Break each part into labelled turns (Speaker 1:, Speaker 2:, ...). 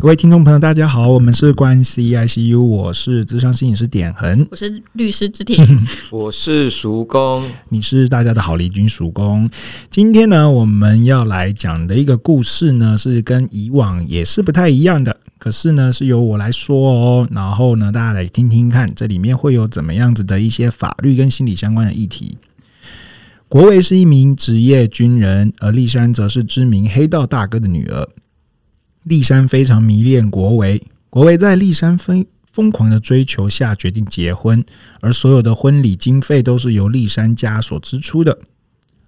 Speaker 1: 各位听众朋友，大家好，我们是关 C I C U，我是智商心理师点恒，
Speaker 2: 我是律师 之庭，
Speaker 3: 我是熟工，
Speaker 1: 你是大家的好邻居叔公。今天呢，我们要来讲的一个故事呢，是跟以往也是不太一样的，可是呢是由我来说哦，然后呢大家来听听看，这里面会有怎么样子的一些法律跟心理相关的议题。国维是一名职业军人，而丽珊则是知名黑道大哥的女儿。丽珊非常迷恋国维，国维在丽珊疯疯狂的追求下决定结婚，而所有的婚礼经费都是由丽珊家所支出的。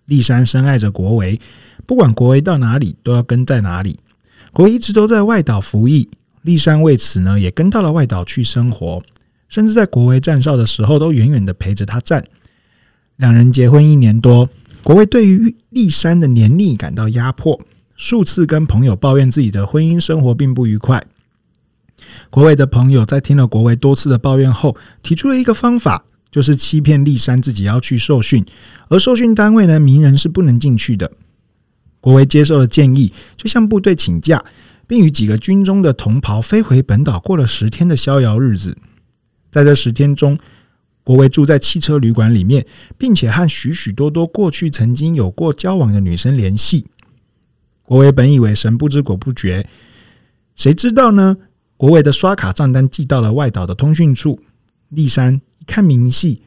Speaker 1: 丽珊深爱着国维，不管国维到哪里都要跟在哪里。国维一直都在外岛服役，丽珊为此呢也跟到了外岛去生活，甚至在国维站哨的时候都远远的陪着他站。两人结婚一年多，国维对于丽珊的黏腻感到压迫。数次跟朋友抱怨自己的婚姻生活并不愉快。国维的朋友在听了国维多次的抱怨后，提出了一个方法，就是欺骗丽珊自己要去受训，而受训单位呢，名人是不能进去的。国维接受了建议，就向部队请假，并与几个军中的同袍飞回本岛，过了十天的逍遥日子。在这十天中，国维住在汽车旅馆里面，并且和许许多多过去曾经有过交往的女生联系。国维本以为神不知鬼不觉，谁知道呢？国维的刷卡账单寄到了外岛的通讯处。丽珊一看明细，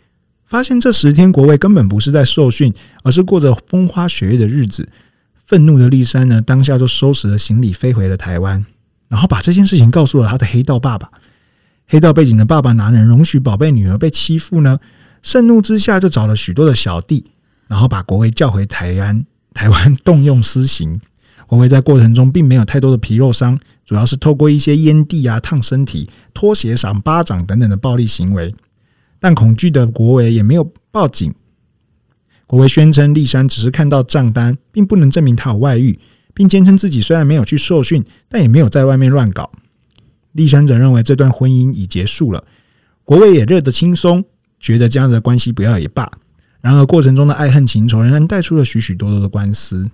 Speaker 1: 发现这十天国维根本不是在受训，而是过着风花雪月的日子。愤怒的丽珊呢，当下就收拾了行李飞回了台湾，然后把这件事情告诉了他的黑道爸爸。黑道背景的爸爸哪能容许宝贝女儿被欺负呢？盛怒之下，就找了许多的小弟，然后把国维叫回台湾，台湾动用私刑。国维在过程中并没有太多的皮肉伤，主要是透过一些烟蒂啊、烫身体、拖鞋、赏巴掌等等的暴力行为。但恐惧的国维也没有报警。国维宣称丽珊只是看到账单，并不能证明她有外遇，并坚称自己虽然没有去受训，但也没有在外面乱搞。丽珊则认为这段婚姻已结束了，国维也乐得轻松，觉得这样的关系不要也罢。然而过程中的爱恨情仇仍然带出了许许多多的官司。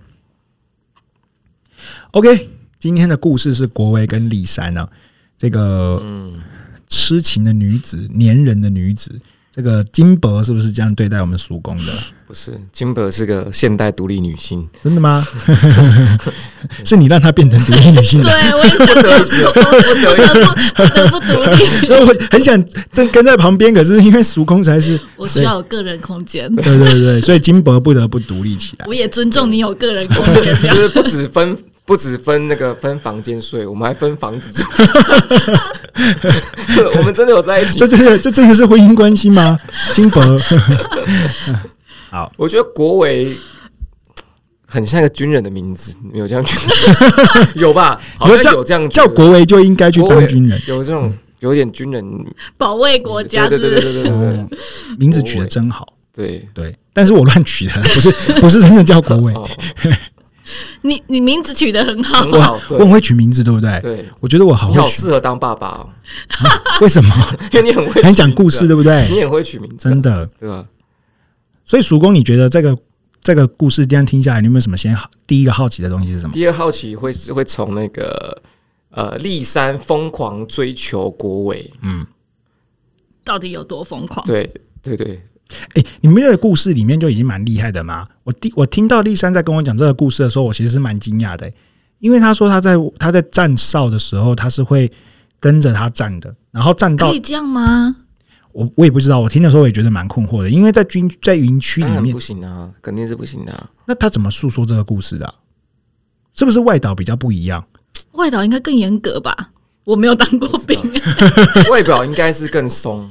Speaker 1: OK，今天的故事是国维跟丽珊啊，这个
Speaker 3: 嗯，
Speaker 1: 痴情的女子，粘人的女子，这个金箔是不是这样对待我们叔公的？
Speaker 3: 不是，金箔是个现代独立 女性，
Speaker 1: 真的 吗？是你让她变成独立女性
Speaker 2: 对
Speaker 1: 的？
Speaker 2: 我也想这说，不得不不得不独立，
Speaker 1: 那我很想正跟在旁边，可是因为叔公才 是，
Speaker 2: 我需要有个人空间，
Speaker 1: 对对对，所以金箔不得不独立起来。
Speaker 2: 我也尊重你有个人空间。
Speaker 3: 就是不止分，不止分那个分房间睡，我们还分房子住， 我们真的有在一起
Speaker 1: 这。就是这真的是婚姻关系吗？ 金箔好，
Speaker 3: 我觉得国伟很像一个军人的名字，你有这样觉 得？有吧？好
Speaker 1: 你说叫
Speaker 3: 像有这样觉
Speaker 1: 叫
Speaker 3: 得
Speaker 1: 国维就应该去
Speaker 3: 国
Speaker 1: 当
Speaker 3: 伟
Speaker 1: 军人，嗯
Speaker 3: 有这种有点军人
Speaker 2: 保卫国家是
Speaker 3: 对
Speaker 2: 不
Speaker 3: 对对
Speaker 2: 是？
Speaker 3: 对对对对
Speaker 1: 哦名字取得真好。
Speaker 3: 对
Speaker 1: 对，但是我乱取的，不是 不是真的叫国伟
Speaker 3: 对，，哦
Speaker 2: 你你名字取得很好，
Speaker 3: 很好，
Speaker 1: 哦我很
Speaker 3: 对
Speaker 1: 会取名字，对不对？
Speaker 3: 对。
Speaker 1: 我觉得我好
Speaker 3: 你
Speaker 1: 会
Speaker 3: 好
Speaker 1: 取，
Speaker 3: 适合当爸爸哦，
Speaker 1: 为什么？
Speaker 3: 因为你很会
Speaker 1: 很
Speaker 3: 取
Speaker 1: 讲故
Speaker 3: 名字啊
Speaker 1: 事，对不对？
Speaker 3: 你也会取名字啊，
Speaker 1: 真的。
Speaker 3: 对吧？
Speaker 1: 所以，叔公，你觉得这个这个故事这样听下来，你有没有什么先好第一个好奇的东西是什么？
Speaker 3: 第二好奇会是会从那个呃，立山疯狂追求国伟，
Speaker 1: 嗯，
Speaker 2: 到底有多疯狂？
Speaker 3: 对对对，
Speaker 1: 哎、你们这个故事里面就已经蛮厉害的嘛。我第我听到丽珊在跟我讲这个故事的时候，我其实是蛮惊讶的、因为她说她在她在站哨的时候，她是会跟着他站的，然后站到
Speaker 2: 可以这样吗？
Speaker 1: 我我也不知道，我听的时候我也觉得蛮困惑的，因为在军在营区
Speaker 3: 当
Speaker 1: 里
Speaker 3: 然
Speaker 1: 面
Speaker 3: 不，行啊，肯定是不行的啊、
Speaker 1: 那他怎么诉说这个故事的啊、是不是外岛比较不一样？
Speaker 2: 外岛应该更严格吧？我没有当过兵，
Speaker 3: 外表应该是 更松，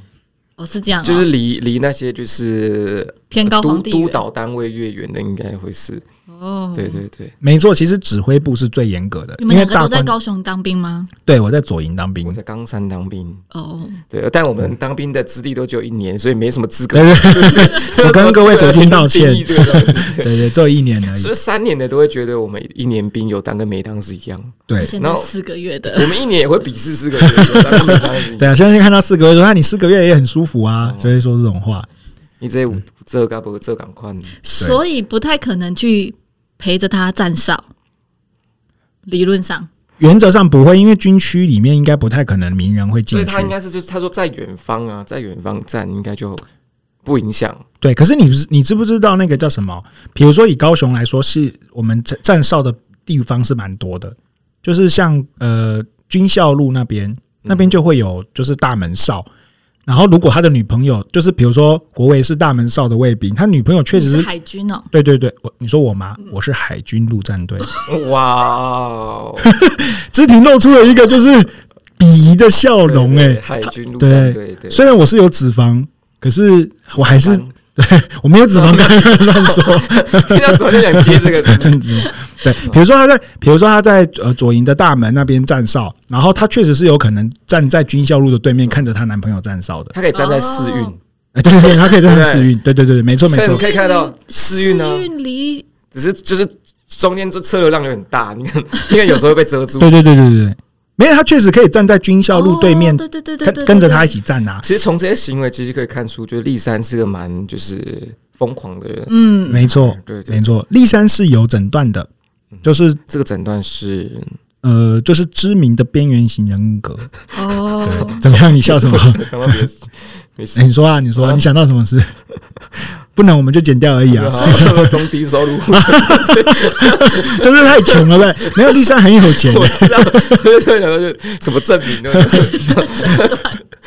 Speaker 2: 哦，是
Speaker 1: 啊
Speaker 2: 这样哦，
Speaker 3: 就是离离那些就是
Speaker 2: 天高
Speaker 3: 督
Speaker 2: 皇帝
Speaker 3: 督
Speaker 2: 远
Speaker 3: 导单位越远的，应该会是，
Speaker 1: 嗯
Speaker 2: 哦。
Speaker 3: 对对对，
Speaker 1: 没错，其实指挥部是最严格的，
Speaker 2: 你
Speaker 1: 因
Speaker 2: 们
Speaker 1: 为
Speaker 2: 两个
Speaker 1: 大
Speaker 2: 都在
Speaker 1: 官
Speaker 2: 高雄当兵吗？
Speaker 1: 对我在左营当兵
Speaker 3: 我，在冈山当兵，
Speaker 2: 哦，
Speaker 3: 对，但我们当兵的资历都只有一年，所以没什么资格
Speaker 1: 对。嗯我跟各位国军道歉
Speaker 3: 没有什么资格来定义这个 东西
Speaker 1: 对对，只有一年而已
Speaker 3: 所。以三年的都会觉得我们一年兵有当跟没当是一样，
Speaker 1: 对
Speaker 2: 现
Speaker 3: 然
Speaker 2: 在
Speaker 3: 后
Speaker 2: 四个月的
Speaker 3: 我们一年也会鄙视四个月有当跟没当是一样。
Speaker 1: 对啊，相信看到四个月说，那你四个月也很舒服
Speaker 3: 哦
Speaker 1: 啊，就会说这种话。
Speaker 3: 你这五这个不这赶快，
Speaker 2: 所以不太可能去陪着他站哨。理论上，
Speaker 1: 原则上不会，因为军区里面应该不太可能民人会
Speaker 3: 所以
Speaker 1: 进去
Speaker 3: 他。应该是就是他说在远方啊，在远方站应该就不影响。
Speaker 1: 对，可是你知你知不知道那个叫什么？比如说以高雄来说，是我们站站哨的地方是蛮多的，就是像呃军校路那边，那
Speaker 3: 嗯
Speaker 1: 边就会有就是大门哨。然后，如果他的女朋友就是比如说国维是大门哨的卫兵，他女朋友确实
Speaker 2: 你
Speaker 1: 是
Speaker 2: 是海军哦，
Speaker 1: 对对对，我你说我吗？
Speaker 2: 嗯
Speaker 1: 我是海军陆战队，
Speaker 3: 哇哦，
Speaker 1: 肢体露出了一个就是鄙夷的笑容、
Speaker 3: 对对
Speaker 1: 诶，
Speaker 3: 对欸海军陆战队对，
Speaker 1: 虽然我是有脂肪，可是我还是 我没有脂肪肝，乱说。
Speaker 3: 听到昨天想接 这个字，
Speaker 1: 对，比如说他在，比如说他在呃左营的大门那边站哨，然后他确实是有可能站在军校路的对面看着她男朋友站哨的。
Speaker 3: 他可以站在试运，
Speaker 1: 哎，对对对，他可以站在
Speaker 3: 对
Speaker 1: 试运，对对对对，没错没
Speaker 3: 但你
Speaker 1: 错。
Speaker 3: 可以看到试运呢，
Speaker 2: 运离
Speaker 3: 只是就是中间这车流量有很大，你看， 因为有时候会被遮住。
Speaker 1: 对对对对对对，没有，他确实可以站在军校路对面
Speaker 2: 哦，对对对对对
Speaker 1: 跟
Speaker 2: 对，
Speaker 1: 跟着他
Speaker 2: 他
Speaker 1: 一起站啊。
Speaker 3: 其实从这些行为，其实可以看出，就是立山是个蛮就是疯狂的人。
Speaker 2: 嗯，
Speaker 1: 没错，
Speaker 3: 对对嗯
Speaker 1: 没错，立山是有诊断的，就是
Speaker 3: 这个诊断是
Speaker 1: 呃，就是知名的边缘型人格。
Speaker 2: 哦，
Speaker 1: 对，怎么样？你
Speaker 3: 哎
Speaker 1: 笑什么？
Speaker 3: 想到别的事情没事
Speaker 1: 哎，你说啊，你说啊，
Speaker 3: 啊
Speaker 1: 你想到什么事？不能，我们就剪掉而已啊。
Speaker 3: 所以中低收入，
Speaker 1: 就是太穷了呗。没有，丽珊很有 钱，
Speaker 3: 我知道，就突然想到就什么证明呢？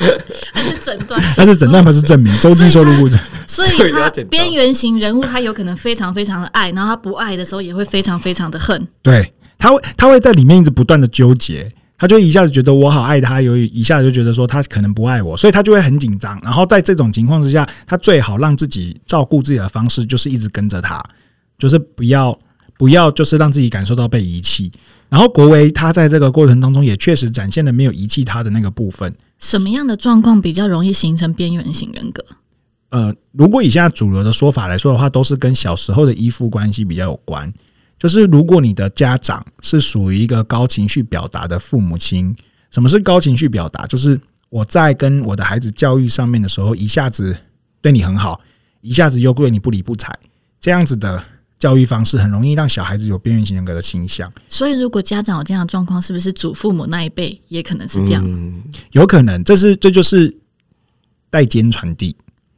Speaker 2: 他是诊断，
Speaker 1: 但是诊断不是证明，周低收入户者。
Speaker 2: 所
Speaker 3: 对
Speaker 2: 以
Speaker 3: 他
Speaker 2: 他
Speaker 3: 剪刀
Speaker 2: 边缘型人物，他有可能非常非常的爱，然后他不爱的时候也会非常非常的恨。
Speaker 1: 对，他会他会在里面一直不断的纠结，他就一下子觉得我好爱他，有一下子就觉得说他可能不爱我，所以他就会很紧张。然后在这种情况之下，他最好让自己照顾自己的方式就是一直跟着他，就是不要不要就是让自己感受到被遗弃。然后国维他在这个过程当中也确实展现了没有遗弃他的那个部分。
Speaker 2: 什么样的状况比较容易形成边缘型人格？
Speaker 1: 呃，如果以现在主流的说法来说的话，都是跟小时候的依附关系比较有关。就是如果你的家长是属于一个高情绪表达的父母亲，什么是高情绪表达？就是我在跟我的孩子教育上面的时候，一下子对你很好，一下子又对你不理不睬，这样子的教育方式很容易让小孩子有边缘型人格的倾向。
Speaker 2: 所以，如果家长有这样的状况，是不是祖父母那一辈也可能是这样？
Speaker 3: 嗯，
Speaker 1: 有可能，这是这就是代间传递，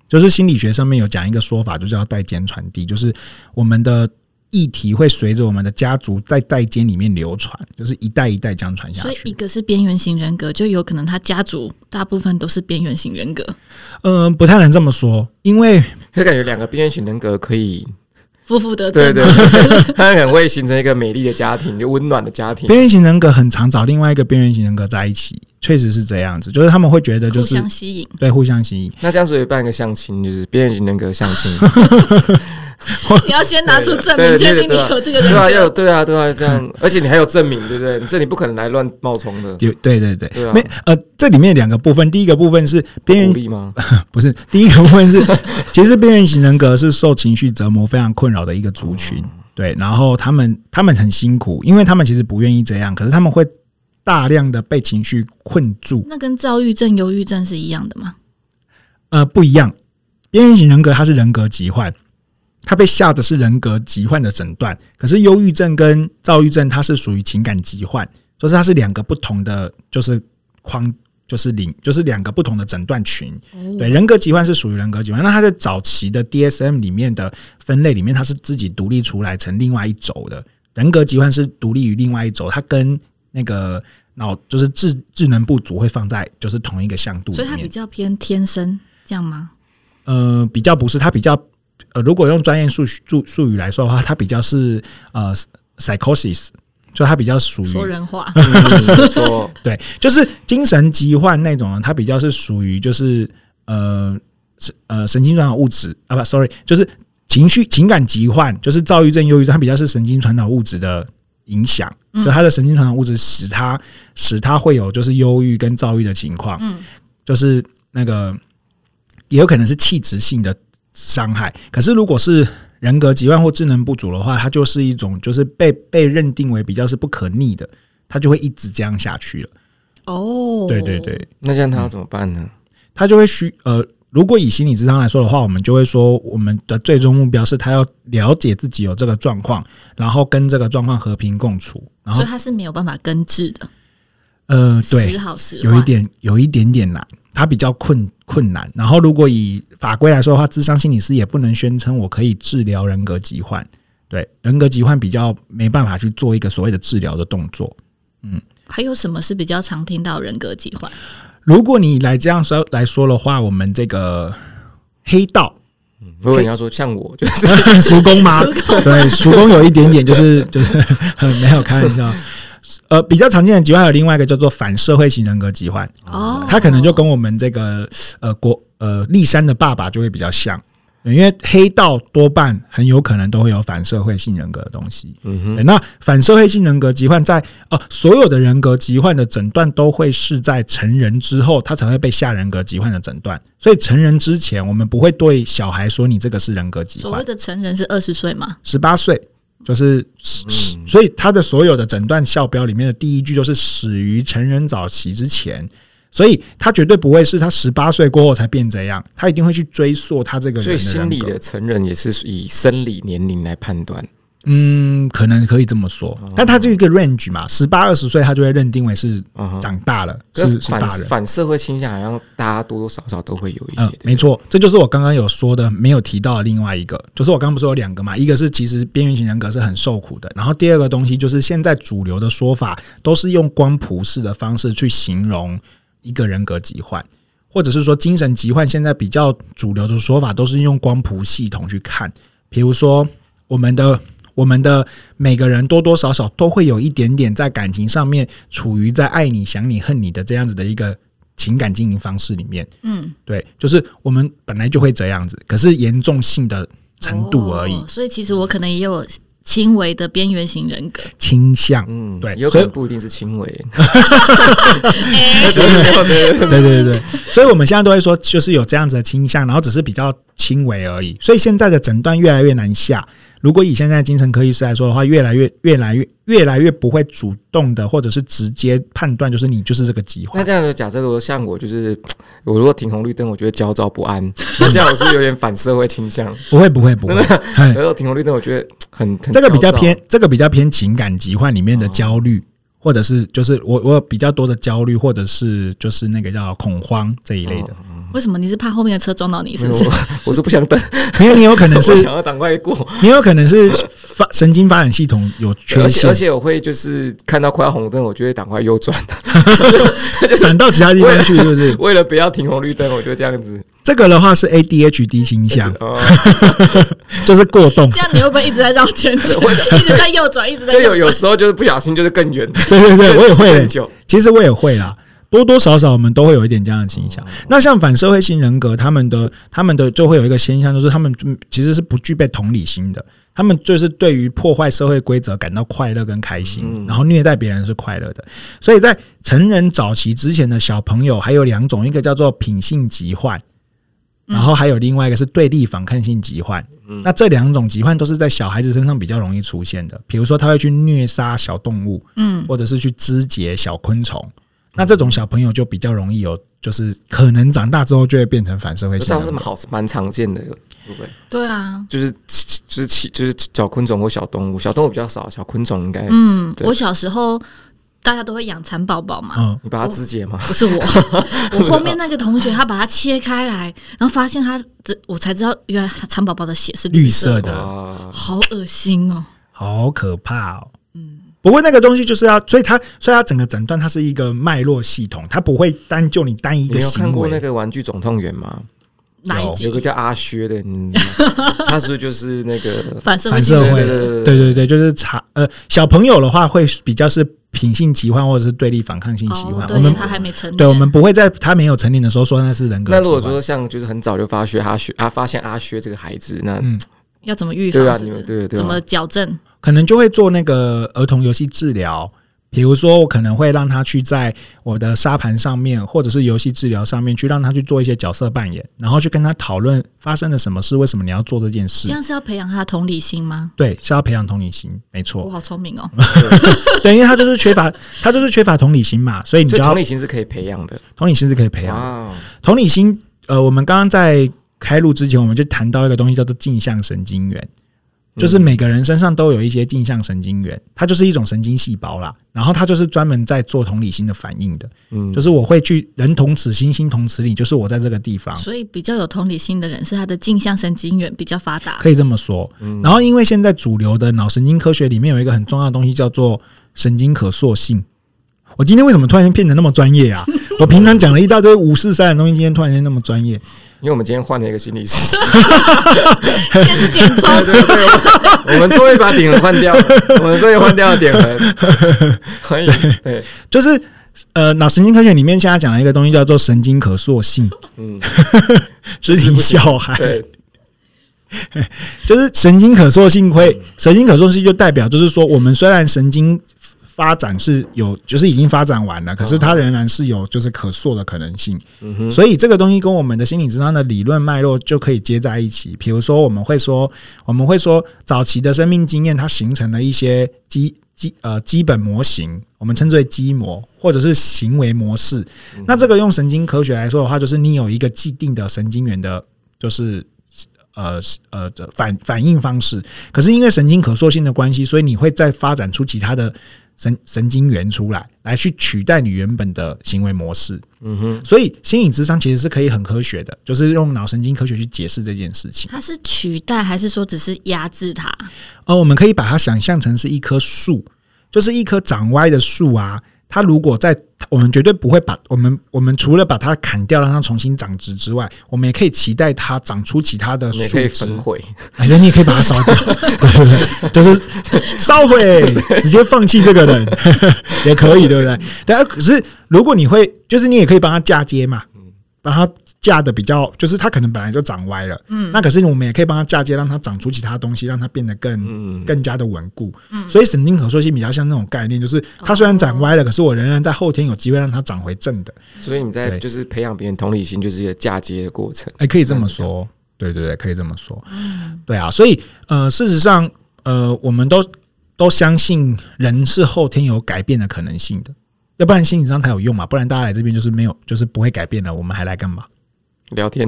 Speaker 1: 就是心理学上面有讲一个说法，就叫代间传递，就是我们的议题会随着我们的家族在代间里面流传，就是一代一代这样传下
Speaker 2: 所以，一
Speaker 1: 去。
Speaker 2: 个是边缘型人格，就有可能他家族大部分都是边缘型人格。
Speaker 1: 嗯、不太能这么说，因为
Speaker 3: 就感觉两个边缘型人格可以，
Speaker 2: 夫妇得
Speaker 3: 对
Speaker 2: 正，
Speaker 3: 对， 对他很会形成一个美丽的家庭，就温暖的家庭。
Speaker 1: 边缘型人格很常找另外一个边缘型人格在一起，确实是这样子，就是他们会觉得就
Speaker 2: 互
Speaker 1: 是
Speaker 2: 相吸引。
Speaker 1: 对互相吸引，
Speaker 3: 那这样所以办一个相亲，就是边缘型人格相 亲，
Speaker 2: 你要先拿出证明，
Speaker 3: 对对
Speaker 2: 确
Speaker 3: 对
Speaker 2: 定你有这个人
Speaker 3: 对啊，要有
Speaker 2: 格。
Speaker 3: 对啊，对啊，这样，而且你还有证明，对不对？你这里不可能来乱冒充的，
Speaker 1: 对对对对，
Speaker 3: 对啊
Speaker 1: 没呃，这里面两个部分，第一个部分是边缘
Speaker 3: 鼓励 吗？
Speaker 1: 不是第一个部分是， 其实边缘型人格是受情绪折磨非常困扰的一个族群，对，然后他们他们很辛苦，因为他们其实不愿意这样，可是他们会大量的被情绪困住，
Speaker 2: 那跟躁郁症、忧郁症是一样的吗？
Speaker 1: 呃，不一样，边缘型人格它是人格疾患。他被下的是人格疾患的诊断，可是忧郁症跟躁郁症它是属于情感疾患，就是它是两个不同的，就是框，就是领，就是两个不同的诊断群。
Speaker 2: 哦
Speaker 1: 对，人格疾患是属于人格疾患，那它在早期的 DSM 里面的分类里面，它是自己独立出来成另外一轴的。人格疾患是独立于另外一轴，它跟那个脑就是智智能不足会放在就是同一个向度里
Speaker 2: 所
Speaker 1: 面。
Speaker 2: 以他比较偏天生这样吗？
Speaker 1: 呃，比较不是，它比较呃，如果用专业术术术语来说的话，它比较是呃 psychosis，就它比较属
Speaker 2: 说
Speaker 1: 于
Speaker 2: 人话，
Speaker 3: 嗯，没错，
Speaker 1: 对，就是精神疾患那种，它比较是属于就是呃是呃神经传导物质啊不，sorry，就是情绪情感疾患，就是躁郁症、忧郁症，它比较是神经传导物质的影响，
Speaker 2: 嗯
Speaker 1: 就它的神经传导物质使它使它会有就是忧郁跟躁郁的情况，
Speaker 2: 嗯，
Speaker 1: 就是那个也有可能是器质性的伤害。可是如果是人格疾患或智能不足的话，它就是一种就是被被认定为比较是不可逆的，它就会一直这样下去了。
Speaker 2: 哦，
Speaker 1: 对对对，
Speaker 3: 那这样他要怎么办呢？
Speaker 1: 它就会需呃。如果以心理智商来说的话，我们就会说，我们的最终目标是他要了解自己有这个状况，然后跟这个状况和平共处。然后
Speaker 2: 所以，他是没有办法根治的，
Speaker 1: 呃，对，
Speaker 2: 时好时坏。
Speaker 1: 有一点有一点点难，它比较困困难。然后，如果以法规来说的话，智商心理师也不能宣称我可以治疗人格疾患，对人格疾患比较没办法去做一个所谓的治疗的动作。
Speaker 2: 还有什么是比较常听到人格疾患？
Speaker 1: 如果你来这样说来说的话，我们这个黑道嗯
Speaker 3: 如果你要说像 我，就是
Speaker 1: 叔公吗？ 对，叔公有一点点就是就是 很没有开玩笑。呃，比较常见的疾患还有另外一个叫做反社会型人格疾患，
Speaker 2: 哦，
Speaker 1: 它可能就跟我们这个呃国呃立山的爸爸就会比较像，因为黑道多半很有可能都会有反社会性人格的东西。
Speaker 3: 嗯
Speaker 1: 对那反社会性人格疾患在哦、所有的人格疾患的诊断都会是在成人之后，他才会被下人格疾患的诊断。所以成人之前，我们不会对小孩说你这个是人格疾
Speaker 2: 所
Speaker 1: 患
Speaker 2: 谓。的成人是二十岁嘛？
Speaker 1: 十八岁，就是
Speaker 3: 嗯
Speaker 1: 始，所以他的所有的诊断校标里面的第一句就是始于成人早期之前，所以他绝对不会是他十八岁过后才变这样，他一定会去追溯他这个
Speaker 3: 哼，所以
Speaker 1: 人
Speaker 3: 心理
Speaker 1: 人格
Speaker 3: 的。成人也是以生理年龄来判断。
Speaker 1: 嗯，可能可以这么说，
Speaker 3: 哦
Speaker 1: 但他就一个 range 嘛，十八二十岁他就会认定为是
Speaker 3: 嗯哼，
Speaker 1: 长大了，
Speaker 3: 可
Speaker 1: 是是
Speaker 3: 反
Speaker 1: 大人。
Speaker 3: 反社会倾向，好像大家多多少少都会有一
Speaker 1: 嗯
Speaker 3: 些。，
Speaker 1: 没错，这就是我刚刚有说的没有提到的另外一个，就是我刚刚不是有两个嘛，一个是其实边缘型人格是很受苦的，然后第二个东西就是现在主流的说法都是用光谱式的方式去形容一个人格疾患，或者是说精神疾患，现在比较主流的说法都是用光谱系统去看，比如说我们的。我们的每个人多多少少都会有一点点在感情上面处于在爱你、想你、恨你的这样子的一个情感经营方式里面，
Speaker 2: 嗯，
Speaker 1: 对，就是我们本来就会这样子，可是严重性的程度而已
Speaker 2: 哦，所以其实我可能也有轻微的边缘 型人格，
Speaker 1: 倾向。
Speaker 3: 嗯
Speaker 1: 对
Speaker 3: 有可
Speaker 1: 所
Speaker 3: 能
Speaker 1: 以
Speaker 3: 不一定是轻微。
Speaker 2: 哎
Speaker 1: 对对对，所以我们现在都会说，就是有这样子的倾向，然后只是比较轻微而已。所以现在的诊断越来越难下。如果以现在精神科医师来说的话，越来越、越来越、越来越不会主动的，或者是直接判断，就是你就是这个疾
Speaker 3: 那
Speaker 1: 患。
Speaker 3: 这样的假设，如果像我，就是我如果停红绿灯，我觉得焦躁不安，那这样我是不是有点反社会 倾向？
Speaker 1: 不会，不会，不会。嘿
Speaker 3: 然后停红绿灯，我觉得很很
Speaker 1: 哎这个比较
Speaker 3: 焦躁哦
Speaker 1: 偏，这个比较偏情感疾患里面的焦虑，或者是就是我我有比较多的焦虑，或者是就是那个叫恐慌这一类
Speaker 3: 哦
Speaker 1: 的。
Speaker 2: 为什么你是怕后面的车撞到你？是
Speaker 3: 没
Speaker 2: 不
Speaker 3: 有
Speaker 2: 是？
Speaker 3: 我我是不想等，
Speaker 1: 因为你有可能
Speaker 3: 我
Speaker 1: 是
Speaker 3: 想要赶快过。
Speaker 1: 你有可能是发神经发展系统有缺
Speaker 3: 而且
Speaker 1: 陷
Speaker 3: 而，且我会就是看到快要红灯，我就会赶快右转。
Speaker 1: 闪到其他地方去，是不是？
Speaker 3: 为了不要停红绿灯，我就这样子。
Speaker 1: 这个的话是 ADHD 倾 向，
Speaker 3: 哦，
Speaker 1: 就是过 动
Speaker 2: 这。样你会不会一直在绕圈 圈，一直在右转，一直在
Speaker 3: 就有
Speaker 2: 右
Speaker 3: 有
Speaker 2: 转？
Speaker 3: 时候就是不小心就是更远，
Speaker 1: 对对对， 我也会欸
Speaker 3: 更
Speaker 1: 的。
Speaker 3: 久。
Speaker 1: 其实我也会啦，多多少少我们都会有一点这样的倾向。那像反社会性人格，他们的他们的就会有一个现象，就是他们嗯其实是不具备同理心的，他们就是对于破坏社会规则感到快乐跟开心
Speaker 3: 嗯，
Speaker 1: 然后虐待别人是快乐的。所以在成人早期之前的小朋友还有两种，一个叫做品性疾患。然后还有另外一个是对立反抗性疾患，那这两种疾患都是在小孩子身上比较容易出现的，比如说他会去虐杀小动物，
Speaker 2: 嗯，
Speaker 1: 或者是去肢解小昆虫。那这种小朋友就比较容易有，就是可能长大之后就会变成反社会
Speaker 3: 这
Speaker 1: 性
Speaker 3: 样
Speaker 1: 人
Speaker 3: 是
Speaker 1: 格。
Speaker 3: 好蛮常见的，对不对？
Speaker 2: 对啊，
Speaker 3: 就是就是其就是小昆虫或小动物，小动物比较少，小昆虫应该
Speaker 2: 嗯，
Speaker 3: 哎对
Speaker 2: 我小时候大家都会养蚕宝宝嘛，
Speaker 1: 嗯，
Speaker 3: 你把它肢解吗？
Speaker 2: 不是我，我后面那个同学他把它切开来，然后发现他的，我才知道原来蚕宝宝的血是
Speaker 1: 绿色
Speaker 2: 色的，
Speaker 1: 的，
Speaker 3: 啊，
Speaker 2: 好恶心哦。
Speaker 1: 好可怕哦。
Speaker 2: 嗯
Speaker 1: 不过那个东西就是要，所以它，所以它整个诊断它是一个脉络系统，它不会单就你单一
Speaker 3: 你
Speaker 1: 个
Speaker 3: 有看
Speaker 1: 行
Speaker 3: 过
Speaker 1: 为。
Speaker 3: 那个《玩具总动员》吗？
Speaker 2: 哪一集
Speaker 3: 有？个叫阿薛的，嗯他是不是就是那个
Speaker 2: 反社会
Speaker 1: 反
Speaker 2: 性
Speaker 1: 社
Speaker 2: 人
Speaker 1: 会
Speaker 2: 格，
Speaker 1: 的，对对对，就是查呃，小朋友的话会比较是品性疾患或者是对立反抗性疾
Speaker 2: 哦
Speaker 1: 患。，
Speaker 2: 对，
Speaker 1: 我
Speaker 2: 因为
Speaker 1: 们
Speaker 2: 他还没成年。
Speaker 1: 对我们不会在他没有成年的时候说那是人格疾
Speaker 3: 那
Speaker 1: 患。
Speaker 3: 如果说像就是很早就发现阿薛啊，发现阿薛这个孩子，那
Speaker 1: 嗯
Speaker 2: 要怎么预防？
Speaker 3: 对啊，
Speaker 2: 是
Speaker 3: 你
Speaker 2: 不是
Speaker 3: 们对对
Speaker 2: 怎么
Speaker 3: 啊，
Speaker 2: 矫正？
Speaker 1: 可能就会做那个儿童游戏治疗，比如说我可能会让他去在我的沙盘上面，或者是游戏治疗上面去让他去做一些角色扮演，然后去跟他讨论发生了什么事，为什么你要做这件
Speaker 2: 这
Speaker 1: 事。
Speaker 2: 样是要培养他的同理心吗？
Speaker 1: 对，是要培养同理心，没
Speaker 2: 我
Speaker 1: 错。
Speaker 2: 好聪明哦！
Speaker 1: 对，因为他就是缺乏，他就是缺乏同理心嘛，所以你
Speaker 3: 所
Speaker 1: 就
Speaker 3: 以
Speaker 1: 要
Speaker 3: 同理心是可以培养的。哦
Speaker 1: 同理心是可以培养的。
Speaker 3: 哇，
Speaker 1: 同理心呃，我们刚刚在开录之前，我们就谈到一个东西叫做镜像神经元，就是每个人身上都有一些镜像神经元，它就是一种神经细胞啦。然后它就是专门在做同理心的反应的，
Speaker 3: 嗯
Speaker 1: 就是我会去人同此心，心同此理，就是我在这个地方。
Speaker 2: 所以比较有同理心的人是他的镜像神经元比较 发达。
Speaker 1: 可以这么说。然后，因为现在主流的脑神经科学里面有一个很重要的东西叫做神经可塑性。我今天为什么突然间变得那么专业啊？我平常讲了一大堆五四三的东西，今天突然间那么专业，
Speaker 3: 因为我们今天换了一个心 理师，
Speaker 2: 今天是点钟，
Speaker 3: 对对对，我我们终于把顶轮换掉了，我们终于换掉了 顶轮，可以，对，
Speaker 1: 就是呃，脑神经科学里面现在讲了一个东西叫做神经可塑 性，
Speaker 3: 嗯，
Speaker 1: 是挺 小孩，
Speaker 3: 对，
Speaker 1: 就是神经可塑性
Speaker 3: 嗯
Speaker 1: 会，神经可塑性就代表就是说，我们虽然神经发展是有，就是已经发展完了，可是它仍然是有就是可塑的可能性。
Speaker 3: 嗯哼，
Speaker 1: 所以这个东西跟我们的心理智商的理论脉络就可以接在一起。比如说，我们会说，我们会说，早期的生命经验它形成了一些基基呃基本模型，我们称之为基模或者是行为模式。
Speaker 3: 嗯
Speaker 1: 那这个用神经科学来说的话，就是你有一个既定的神经元的，就是。呃呃，这反反应方式，可是因为神经可塑性的关系，所以你会再发展出其他的神神经元出来，来去取代你原本的行为模式。
Speaker 3: 嗯哼，
Speaker 1: 所以心理智商其实是可以很科学的，就是用脑神经科学去解释这件事情。
Speaker 2: 他是取代还是说只是压制他？
Speaker 1: 而我们可以把它想象成是一棵树，就是一棵长歪的树啊。它如果在，我们绝对不会把我们我们除了把它砍掉，让它重新长植之外，我们也可以期待它长出其他的
Speaker 3: 你也
Speaker 1: 树
Speaker 3: 可以
Speaker 1: 枝
Speaker 3: 焚。毁，
Speaker 1: 哎，对，你也可以把它烧掉，对对对，就是烧毁，直接放弃这个人 也可以，对不对？对啊，可是如果你会，就是你也可以帮他嫁接嘛，把它嫁的比较，就是它可能本来就长歪了，嗯，那可是我们也可以帮它嫁接，让它长出其他东西，让它变得更。
Speaker 3: 嗯，
Speaker 1: 更加的稳固，所以神经可塑性比较像那种概念，就是它虽然长歪了，可是我仍然在后天有机会让它长回正的，
Speaker 3: 所以你在
Speaker 1: 对
Speaker 3: 就是培养别人同理心，就是一个嫁接的过程，
Speaker 1: 哎，可以这么说，对对对，可以这么说，对啊，所以呃，事实上，呃，我们都都相信人是后天有改变的可能性的，要不然心理上才有用嘛，不然大家来这边就是没有，就是不会改变了，我们还来干嘛？
Speaker 3: 聊天，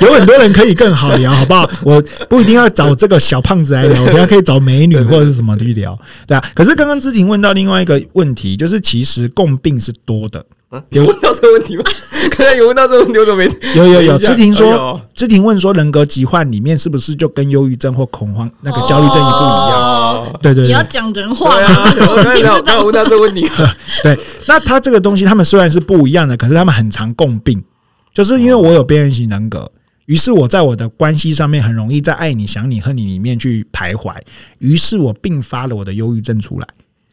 Speaker 1: 有很多人可以更好聊，好不好？我不一定要找这个小胖子来聊，我等下可以找美女或者是什么去聊，对啊。可是刚刚之婷问到另外一个问题，就是其实共病是多的，
Speaker 3: 嗯，
Speaker 1: 有
Speaker 3: 有问到这个问题吗？刚才有问到这个问 题，我怎么没？
Speaker 1: 有有有，
Speaker 3: 等一下
Speaker 1: 之婷
Speaker 3: 哎
Speaker 1: 说
Speaker 3: 呦
Speaker 1: 知婷问说：“人格疾患里面是不是就跟忧郁症或恐慌那个焦虑症也不一样？”
Speaker 2: 哦
Speaker 1: 对对
Speaker 2: 你要
Speaker 1: 对
Speaker 2: 讲人
Speaker 3: 对
Speaker 2: 话
Speaker 3: 啊，我刚才
Speaker 2: 听
Speaker 3: 聊，
Speaker 2: 不
Speaker 3: 刚才
Speaker 2: 到
Speaker 3: 问到这个 问题，
Speaker 1: 对。那他这个东西，他们虽然是不一样的，可是他们很常共病，就是因为我有边缘型人格，于是我在我的关系上面很容易在爱你、想你、恨你里面去徘徊，于是我并发了我的忧郁症出来。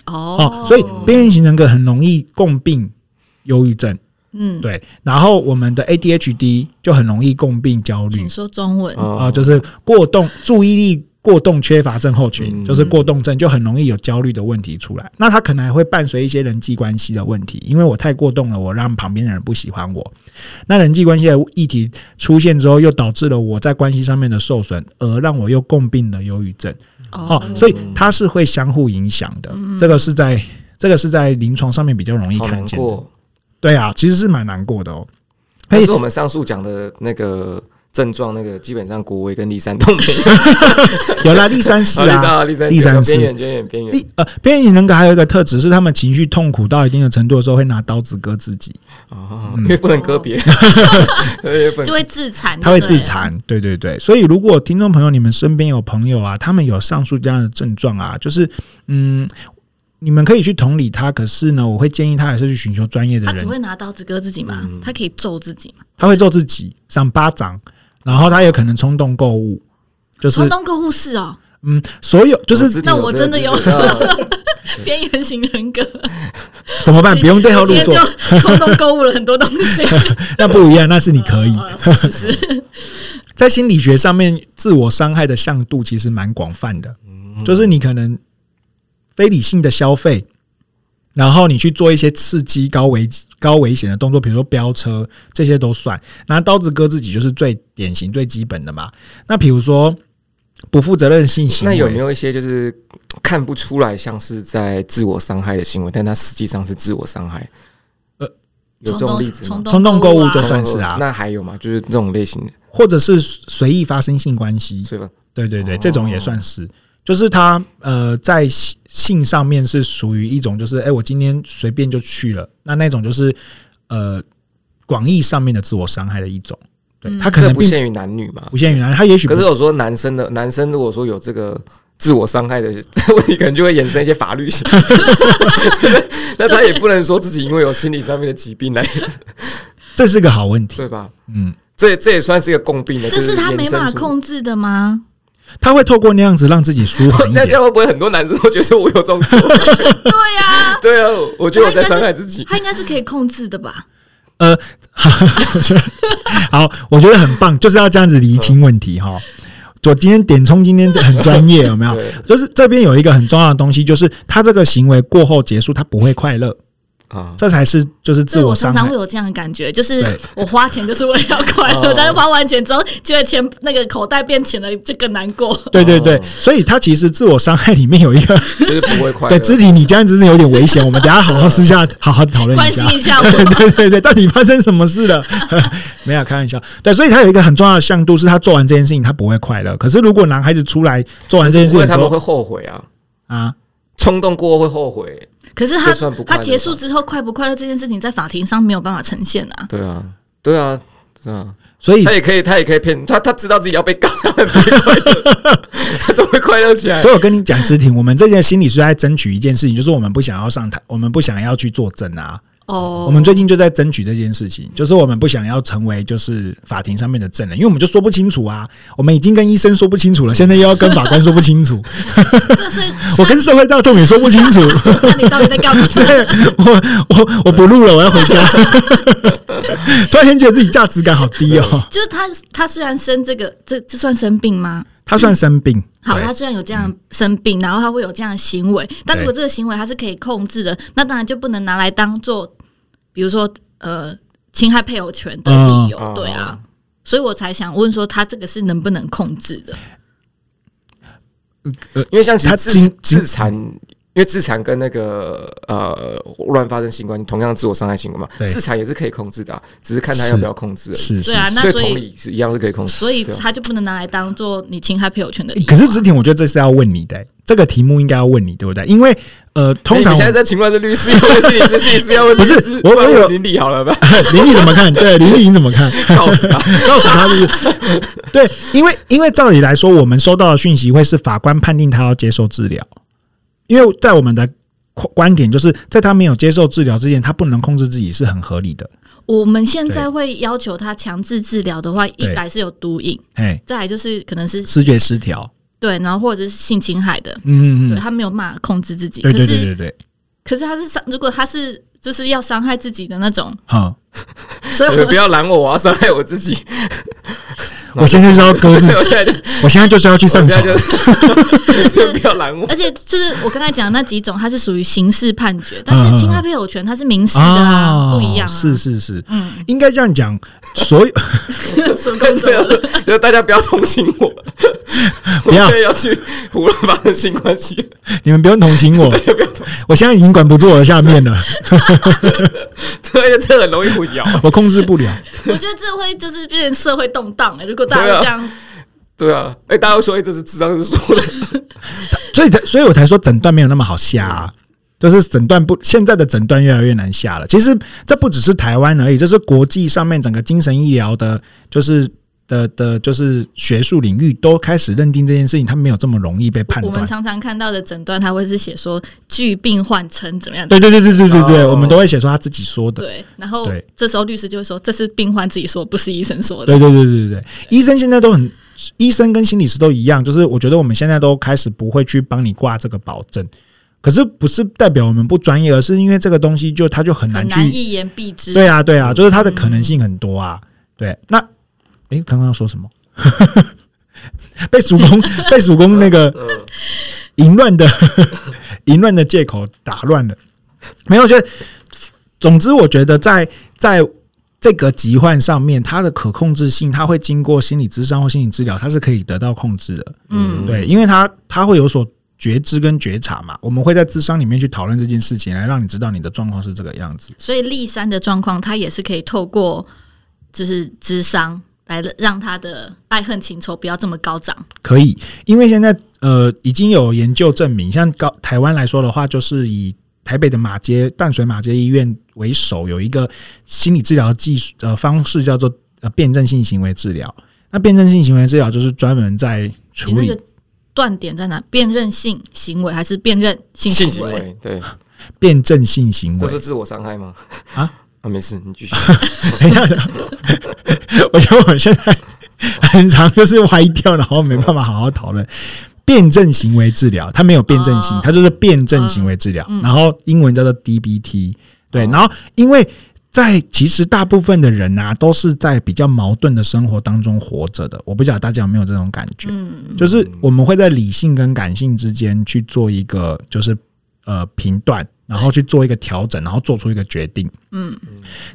Speaker 2: 哦
Speaker 1: 哦，所以边缘型人格很容易共病忧郁症，
Speaker 2: 嗯，
Speaker 1: 对。然后我们的 ADHD 就很容易共病焦虑
Speaker 2: 请，说中文。
Speaker 1: 啊、
Speaker 3: 哦
Speaker 1: 就是过动注意力过动缺乏症候群，
Speaker 3: 嗯
Speaker 1: 就是过动症，就很容易有焦虑的问题出来。那他可能还会伴随一些人际关系的问题，因为我太过动了，我让旁边的人不喜欢我。那人际关系的议题出现之后，又导致了我在关系上面的受损，而让我又共病了忧郁症。哦，所以它是会相互影响的。这个是在这个是在临床上面比较容易
Speaker 3: 嗯好
Speaker 1: 看
Speaker 3: 难
Speaker 1: 见的。
Speaker 3: 过。
Speaker 1: 对啊，其实是蛮难过的哦。而
Speaker 3: 但
Speaker 1: 且
Speaker 3: 是我们上述讲的那个症状，那个基本上国威跟立山都没有。
Speaker 1: 有啦，第三 世啊，
Speaker 3: 立山，
Speaker 1: 立
Speaker 3: 立山
Speaker 1: 山
Speaker 3: 有
Speaker 1: 是
Speaker 3: 边缘，边缘，边缘。
Speaker 1: 第呃，边缘型人格还有一个特质是，他们情绪痛苦到一定的程度的时候，会拿刀子割自己，
Speaker 3: 哦，因为不能割 别人， 因为不
Speaker 2: 就
Speaker 3: 能。
Speaker 2: 会自残，
Speaker 1: 他会
Speaker 2: 嗯对不对
Speaker 1: 自。残。对对对，所以如果听众朋友你们身边有朋友啊，他们有上述这样的症状啊，就是嗯，你们可以去同理他，可是呢，我会建议他还是去寻求专业的
Speaker 2: 他啊只
Speaker 1: 人，
Speaker 2: 会拿刀子割自己嘛？
Speaker 1: 嗯
Speaker 2: 他可以揍自己嘛？
Speaker 1: 他会揍自己，赏巴掌，然后他有可能冲动购物，就是
Speaker 2: 冲动购物是哦，
Speaker 1: 嗯，所有就是
Speaker 3: 肢体
Speaker 2: 那我
Speaker 3: 这个
Speaker 2: 真的
Speaker 3: 肢
Speaker 2: 有
Speaker 3: 体啊
Speaker 2: 边缘型人格。
Speaker 1: 怎 么办？不用对号入
Speaker 2: 今天
Speaker 1: 座，
Speaker 2: 就冲动购物了很多东西。
Speaker 1: 那不一样，那是你 可以。
Speaker 2: 哦是是是，
Speaker 1: 在心理学上面，自我伤害的向度其实蛮广泛的，
Speaker 3: 嗯
Speaker 1: 就是你可能非理性的消费，然后你去做一些刺激高危高危险的动作，比如说飙车，这些都算。拿刀子割自己就是最典型、最基本的嘛。那比如说不负责任性行
Speaker 3: 那
Speaker 1: 为，
Speaker 3: 有没有一些就是看不出来像是在自我伤害的行为，但他实际上是自我伤害？ 有这种例子吗？
Speaker 1: 冲动购物
Speaker 2: 啊
Speaker 1: 就呃算是啊
Speaker 3: 那还有吗？就是这种类型的，
Speaker 1: 或者是随意发生性关系，
Speaker 3: 所以吧，
Speaker 1: 对对对，
Speaker 3: 哦
Speaker 1: 这种也算是，就是他呃在性性上面是属于一种，就是哎、我今天随便就去了，那那种就是呃广义上面的自我伤害的一种，对
Speaker 2: 嗯
Speaker 1: 他可
Speaker 3: 这
Speaker 1: 能
Speaker 3: 不
Speaker 1: 并
Speaker 3: 限于男女嘛
Speaker 1: 不。限于男人，他也许不
Speaker 3: 可是有说男生的男生，如果说有这个自我伤害的 问题，可能就会衍生一些法律性。 那他也不能说自己因为有心理上面的疾病来，
Speaker 1: 这是个好问题，
Speaker 3: 对吧？
Speaker 1: 嗯，
Speaker 3: 这这也算是一个共病的，
Speaker 2: 这
Speaker 3: 就是
Speaker 2: 他
Speaker 3: 衍
Speaker 2: 没
Speaker 3: 生
Speaker 2: 办法
Speaker 3: 出
Speaker 2: 控制 的吗？
Speaker 1: 他会透过那样子让自己舒缓一
Speaker 3: 那这
Speaker 1: 点，
Speaker 3: 样会不会很多男生都觉得我有这种 自我伤害？
Speaker 2: 对呀、
Speaker 3: 对啊，我觉得我在伤害自己。
Speaker 2: 他应该是可以控制的吧？
Speaker 1: 呃，我觉得 好，我觉得很棒，就是要这样子厘清问题哈。我今天点冲，今天很专业，有没有？
Speaker 3: 对
Speaker 1: 就是这边有一个很重要的东西，就是他这个行为过后结束，他不会快乐，
Speaker 3: 啊，
Speaker 1: 这才是就是 自
Speaker 2: 对我
Speaker 1: 我伤
Speaker 2: 常常
Speaker 1: 害
Speaker 2: 会。有这样的感觉，就是
Speaker 1: 对
Speaker 2: 我花钱就是为了要快乐，
Speaker 3: 哦
Speaker 2: 但是花完钱之后，觉得钱那个口袋变浅了，就更难过。
Speaker 1: 对对对
Speaker 3: 哦，
Speaker 1: 所以他其实自我伤害里面有 一个
Speaker 3: 就是不会快乐。
Speaker 1: 对肢体，你这样子是有点危险，我们等一下好好私 下好好讨论
Speaker 2: 关
Speaker 1: 一下
Speaker 2: 心。一下我，
Speaker 1: 对对对，到底发生什么事了？ 没有开玩笑。对，所以他有一个很重要的向度，是他做完这件事情他不会快乐。可是如果男孩子出来做完这件事
Speaker 3: 不
Speaker 1: 情
Speaker 3: 会
Speaker 1: 之
Speaker 3: 他们
Speaker 1: 后
Speaker 3: 会后悔啊，
Speaker 1: 啊，
Speaker 3: 冲动过后会后悔。
Speaker 2: 可是他
Speaker 3: 就算不快乐
Speaker 2: 他结束之后快不快乐这件事情，在法庭上没有办法呈现啊。
Speaker 3: 对啊，对啊，对啊，
Speaker 1: 所以
Speaker 3: 他也可以，他也可以骗他，他知道自己要被告，他很不快 乐，他怎么会快乐起来？
Speaker 1: 所以我跟你讲，知婷，我们这件心理是在争取一件事情，就是我们不想要上台，我们不想要去作证啊。
Speaker 2: 哦，
Speaker 1: 我们最近就在争取这件事情，就是我们不想要成为就是法庭上面的证人，因为我们就说不清楚啊。我们已经跟医生说不清楚了，现在又要跟法官说不清 楚，
Speaker 2: 对，所以
Speaker 1: 我跟社会大众也说不清楚。
Speaker 2: 那你到底在 干嘛？
Speaker 1: 对我我我不录了，我要回家。 突然间觉得自己价值感好低哦。
Speaker 2: 就是他他虽然生这个这这算生病吗？
Speaker 1: 他算生病，
Speaker 2: 好，
Speaker 1: 对嗯
Speaker 2: 他虽然有这样生病，然后他会有这样的行为，但
Speaker 1: 对
Speaker 2: 如果这个行为他是可以控制的，那当然就不能拿来当做，比如说呃侵害配偶权的理由，
Speaker 3: 嗯
Speaker 2: 对啊。所以我才想问说，他这个是能不能控制的？
Speaker 3: 因为像其
Speaker 1: 他
Speaker 3: 实自
Speaker 1: 经
Speaker 3: 自残，因为自残跟那个呃乱发生性关系，同样自我伤害行为嘛，
Speaker 1: 对
Speaker 3: 自残也是可以控制的啊、只是看他要不要控制而已。
Speaker 1: 是是
Speaker 2: 对。啊，那
Speaker 3: 所以
Speaker 2: 所
Speaker 3: 同
Speaker 2: 以
Speaker 3: 理是一样是可以控制。
Speaker 2: 所以
Speaker 3: 对啊
Speaker 2: 他就不能拿来当做你侵害配偶权的理由
Speaker 1: 哦
Speaker 2: 啊。
Speaker 1: 可是子婷，我觉得这是要问你的、这个题目应该要问你，对不对？因为呃，通常
Speaker 3: 哎
Speaker 1: 我
Speaker 3: 你现在在情况是律师， 或者是你是心理师要问
Speaker 1: 不
Speaker 3: 律
Speaker 1: 是
Speaker 3: 师，
Speaker 1: 我
Speaker 3: 不然
Speaker 1: 我有
Speaker 3: 邻里好了吧？
Speaker 1: 林颖怎么看？对，林颖怎么看？
Speaker 3: 告诉他，
Speaker 1: 告诉他就是对，因为因为照理来说，我们收到的讯息会是法官判定他要接受治疗，因为在我们的观观点就是在他没有接受治疗之前，他不能控制自己是很合理的。
Speaker 2: 我们现在会要求他强制治疗的话，一
Speaker 1: 对
Speaker 2: 来是有毒瘾，
Speaker 1: 哎，
Speaker 2: 再来就是可能是
Speaker 1: 视觉失调，
Speaker 2: 对，然后或者是性侵害的，
Speaker 1: 嗯嗯
Speaker 2: 对
Speaker 1: 嗯，
Speaker 2: 他没有办法控制自己。
Speaker 1: 对对对
Speaker 2: 可是
Speaker 1: 对对，
Speaker 2: 可是他是伤，如果他是就是要伤害自己的那 种，
Speaker 1: 好，
Speaker 2: 所以
Speaker 3: 你
Speaker 2: 我
Speaker 3: 们不要拦我，我要伤害我自己。
Speaker 1: 我现在是要割自己
Speaker 3: 我，现在就是，
Speaker 1: 我现在就是要去
Speaker 3: 我
Speaker 1: 上
Speaker 3: 现
Speaker 1: 床
Speaker 3: 在，就是， 不要 拦我。
Speaker 2: 而且就是我刚才讲的那几种，它是属于刑事 判
Speaker 1: 嗯
Speaker 2: 决，但是侵害配偶权它是民事的啊，
Speaker 1: 哦
Speaker 2: 不一样啊。
Speaker 1: 是，是是，
Speaker 2: 嗯，
Speaker 1: 应该这样讲，所有
Speaker 2: 什么工 作？
Speaker 1: 啊
Speaker 3: 就大家不要同情我，我
Speaker 1: 不要
Speaker 3: 现在要去胡乱发生性关系，
Speaker 1: 你们不用同情我，
Speaker 3: 不要同，
Speaker 1: 我现在已经管不住我的下面了，
Speaker 3: 对，这很容易混淆。
Speaker 1: 我控制不了。
Speaker 2: 我觉得这会就是变成社会动荡、欸。如果大家
Speaker 3: 对啊
Speaker 2: 都这样，
Speaker 3: 对啊，哎、大家会说，哎、这是智商是说的，
Speaker 1: 所以才，所以我才说诊断没有那么好下、啊，就是诊断不，现在的诊断越来越难下了。其实这不只是台湾而已，这是国际上面整个精神医疗的，就是的的，就是学术领域都开始认定这件事情，它没有这么容易被判
Speaker 2: 我们
Speaker 1: 断。
Speaker 2: 常常看到的诊断，它会是写说具病患称怎么样。
Speaker 1: 对对对对对对对，
Speaker 3: 哦
Speaker 1: 我们都会写说他自己说的。
Speaker 2: 对，然后
Speaker 1: 对
Speaker 2: 这时候律师就会说，这是病患自己说，不是医生说的。
Speaker 1: 对对对对对对，医生现在都很，医生跟心理师都一样，就是我觉得我们现在都开始不会去帮你挂这个保证。可是不是代表我们不专业，而是因为这个东西就它就很难
Speaker 2: 很
Speaker 1: 去
Speaker 2: 难一言蔽之。
Speaker 1: 对啊，对啊，就是它的可能性很多啊。对，那诶，刚刚要说什么？ 被主公被主公那个
Speaker 3: 嗯，
Speaker 1: 淫乱的 淫乱的借口打乱了。没有，就总之，我觉得在在这个疾患上面，它的可控制性，它会经过心理咨商或心理治疗，它是可以得到控制的。
Speaker 2: 嗯，
Speaker 1: 对，因为它它会有所觉知跟觉察嘛。我们会在智商里面去讨论这件事情，来让你知道你的状况是这个样子。
Speaker 2: 所以立三的状况，他也是可以透过就是智商来让他的爱恨情仇不要这么高涨。
Speaker 1: 可以，因为现在呃已经有研究证明，像高台湾来说的话，就是以台北的马街淡水马街医院为首，有一个心理治疗技术呃方式叫做呃辩证性行为治疗。那辩证性行为治疗就是专门在
Speaker 2: 你
Speaker 1: 处
Speaker 2: 那
Speaker 1: 理
Speaker 2: 个断点在哪？辨认性行为还是辨认性
Speaker 3: 性
Speaker 2: 行
Speaker 3: 行
Speaker 2: 为？
Speaker 3: 为，对，
Speaker 1: 辩证性行
Speaker 3: 这
Speaker 1: 为
Speaker 3: 是自我伤害吗？
Speaker 1: 啊
Speaker 3: 啊，没事，你继续。
Speaker 1: 等一下， 等一下我觉得我们现在很长就是歪掉，然后没办法好好讨论。辩证行为治疗，它没有辩证性
Speaker 2: 哦，嗯
Speaker 1: 它就是辩证行为治疗，然后英文叫做 DBT。对，
Speaker 3: 哦
Speaker 1: 然后因为在其实大部分的人啊，都是在比较矛盾的生活当中活着的。我不晓得大家有没有这种感觉，
Speaker 2: 嗯，
Speaker 1: 就是我们会在理性跟感性之间去做一个就是呃评断，然后去做一个调整，然后做出一个决定。
Speaker 2: 嗯，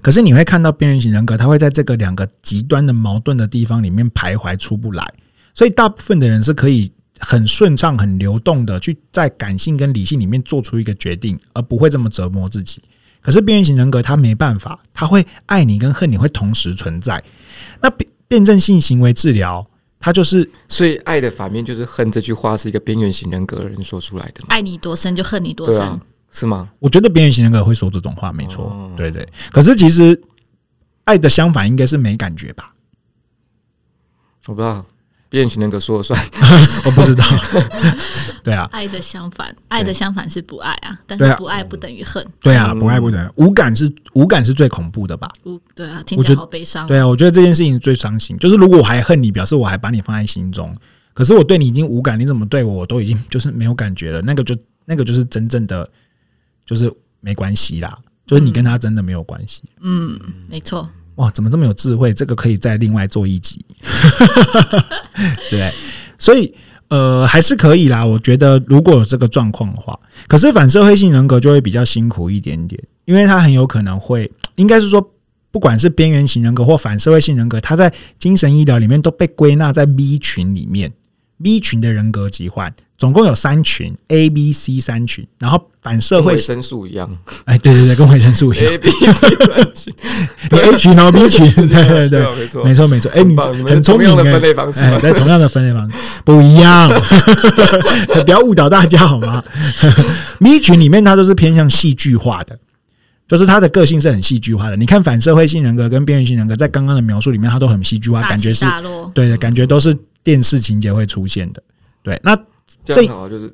Speaker 1: 可是你会看到边缘型人格，他会在这个两个极端的矛盾的地方里面徘徊出不来，所以大部分的人是可以。很顺畅、很流动的去在感性跟理性里面做出一个决定，而不会这么折磨自己。可是边缘型人格他没办法，他会爱你跟恨你会同时存在。那辩辩证性行为治疗，它就是
Speaker 3: 所以爱的反面就是恨，这句话是一个边缘型人格的人说出来的嘛？
Speaker 2: 爱你多深就恨你多
Speaker 3: 对
Speaker 2: 深。
Speaker 3: 啊，是吗？
Speaker 1: 我觉得边缘型人格会说这种话，没错，
Speaker 3: 哦
Speaker 1: 对对。可是其实爱的相反应该是没感觉吧？
Speaker 3: 我不知道，边缘型人格说了算。
Speaker 1: 我不知道，对啊，
Speaker 2: 爱的相反，爱的相反是不爱啊，但
Speaker 1: 对
Speaker 2: 是
Speaker 1: 啊
Speaker 2: 不爱不等于恨。
Speaker 1: 对啊，
Speaker 3: 嗯
Speaker 1: 不爱不等于无感是无感是最恐怖的吧？
Speaker 2: 我对啊，听
Speaker 1: 我
Speaker 2: 起
Speaker 1: 觉
Speaker 2: 来
Speaker 1: 得
Speaker 2: 好悲伤。
Speaker 1: 对啊，我觉得这件事情最伤心，就是如果我还恨你，表示我还把你放在心中，可是我对你已经无感，你怎么对我，我都已经就是没有感觉了，那个就那个就是真正的就是没关系啦，就是你跟他真的没有关系。
Speaker 2: 嗯，没错。
Speaker 1: 哇，怎么这么有智慧？这个可以再另外做一集， 对，所以呃还是可以啦。我觉得如果有这个状况的话，可是反社会性人格就会比较辛苦一点点，因为他很有可能会，应该是说。不管是边缘型人格或反社会性人格，他在精神医疗里面都被归纳在 B 群里面。B 群的人格疾患总共有三群，A、B、C 三群，然后反社
Speaker 3: 跟
Speaker 1: 会
Speaker 3: 维
Speaker 1: 性，
Speaker 3: 生素一样
Speaker 1: 哎，对对对，跟维生素一样，
Speaker 3: ，A B C 专区，
Speaker 1: 你 A 群然后 B 群，对对对
Speaker 3: 啊，，没错
Speaker 1: 没。错没错，哎、
Speaker 3: 很
Speaker 1: 你
Speaker 3: 棒你们
Speaker 1: 很聪
Speaker 3: 同
Speaker 1: 明
Speaker 3: 样的
Speaker 1: 哎
Speaker 3: 分类方式
Speaker 1: 哎
Speaker 3: 吗
Speaker 1: 在同样的分类方式 不一样，不要误导大家好吗 ？B 群里面它都是偏向戏剧化的，就是它的个性是很戏剧化的。你看反社会性人格跟边缘性人格，在刚刚的描述里面，它都很戏剧化，
Speaker 2: 大
Speaker 1: 感
Speaker 2: 起
Speaker 1: 觉是
Speaker 2: 大落，
Speaker 1: 对的，感觉都是电视情节会出现的。对，那
Speaker 3: 这样好，就是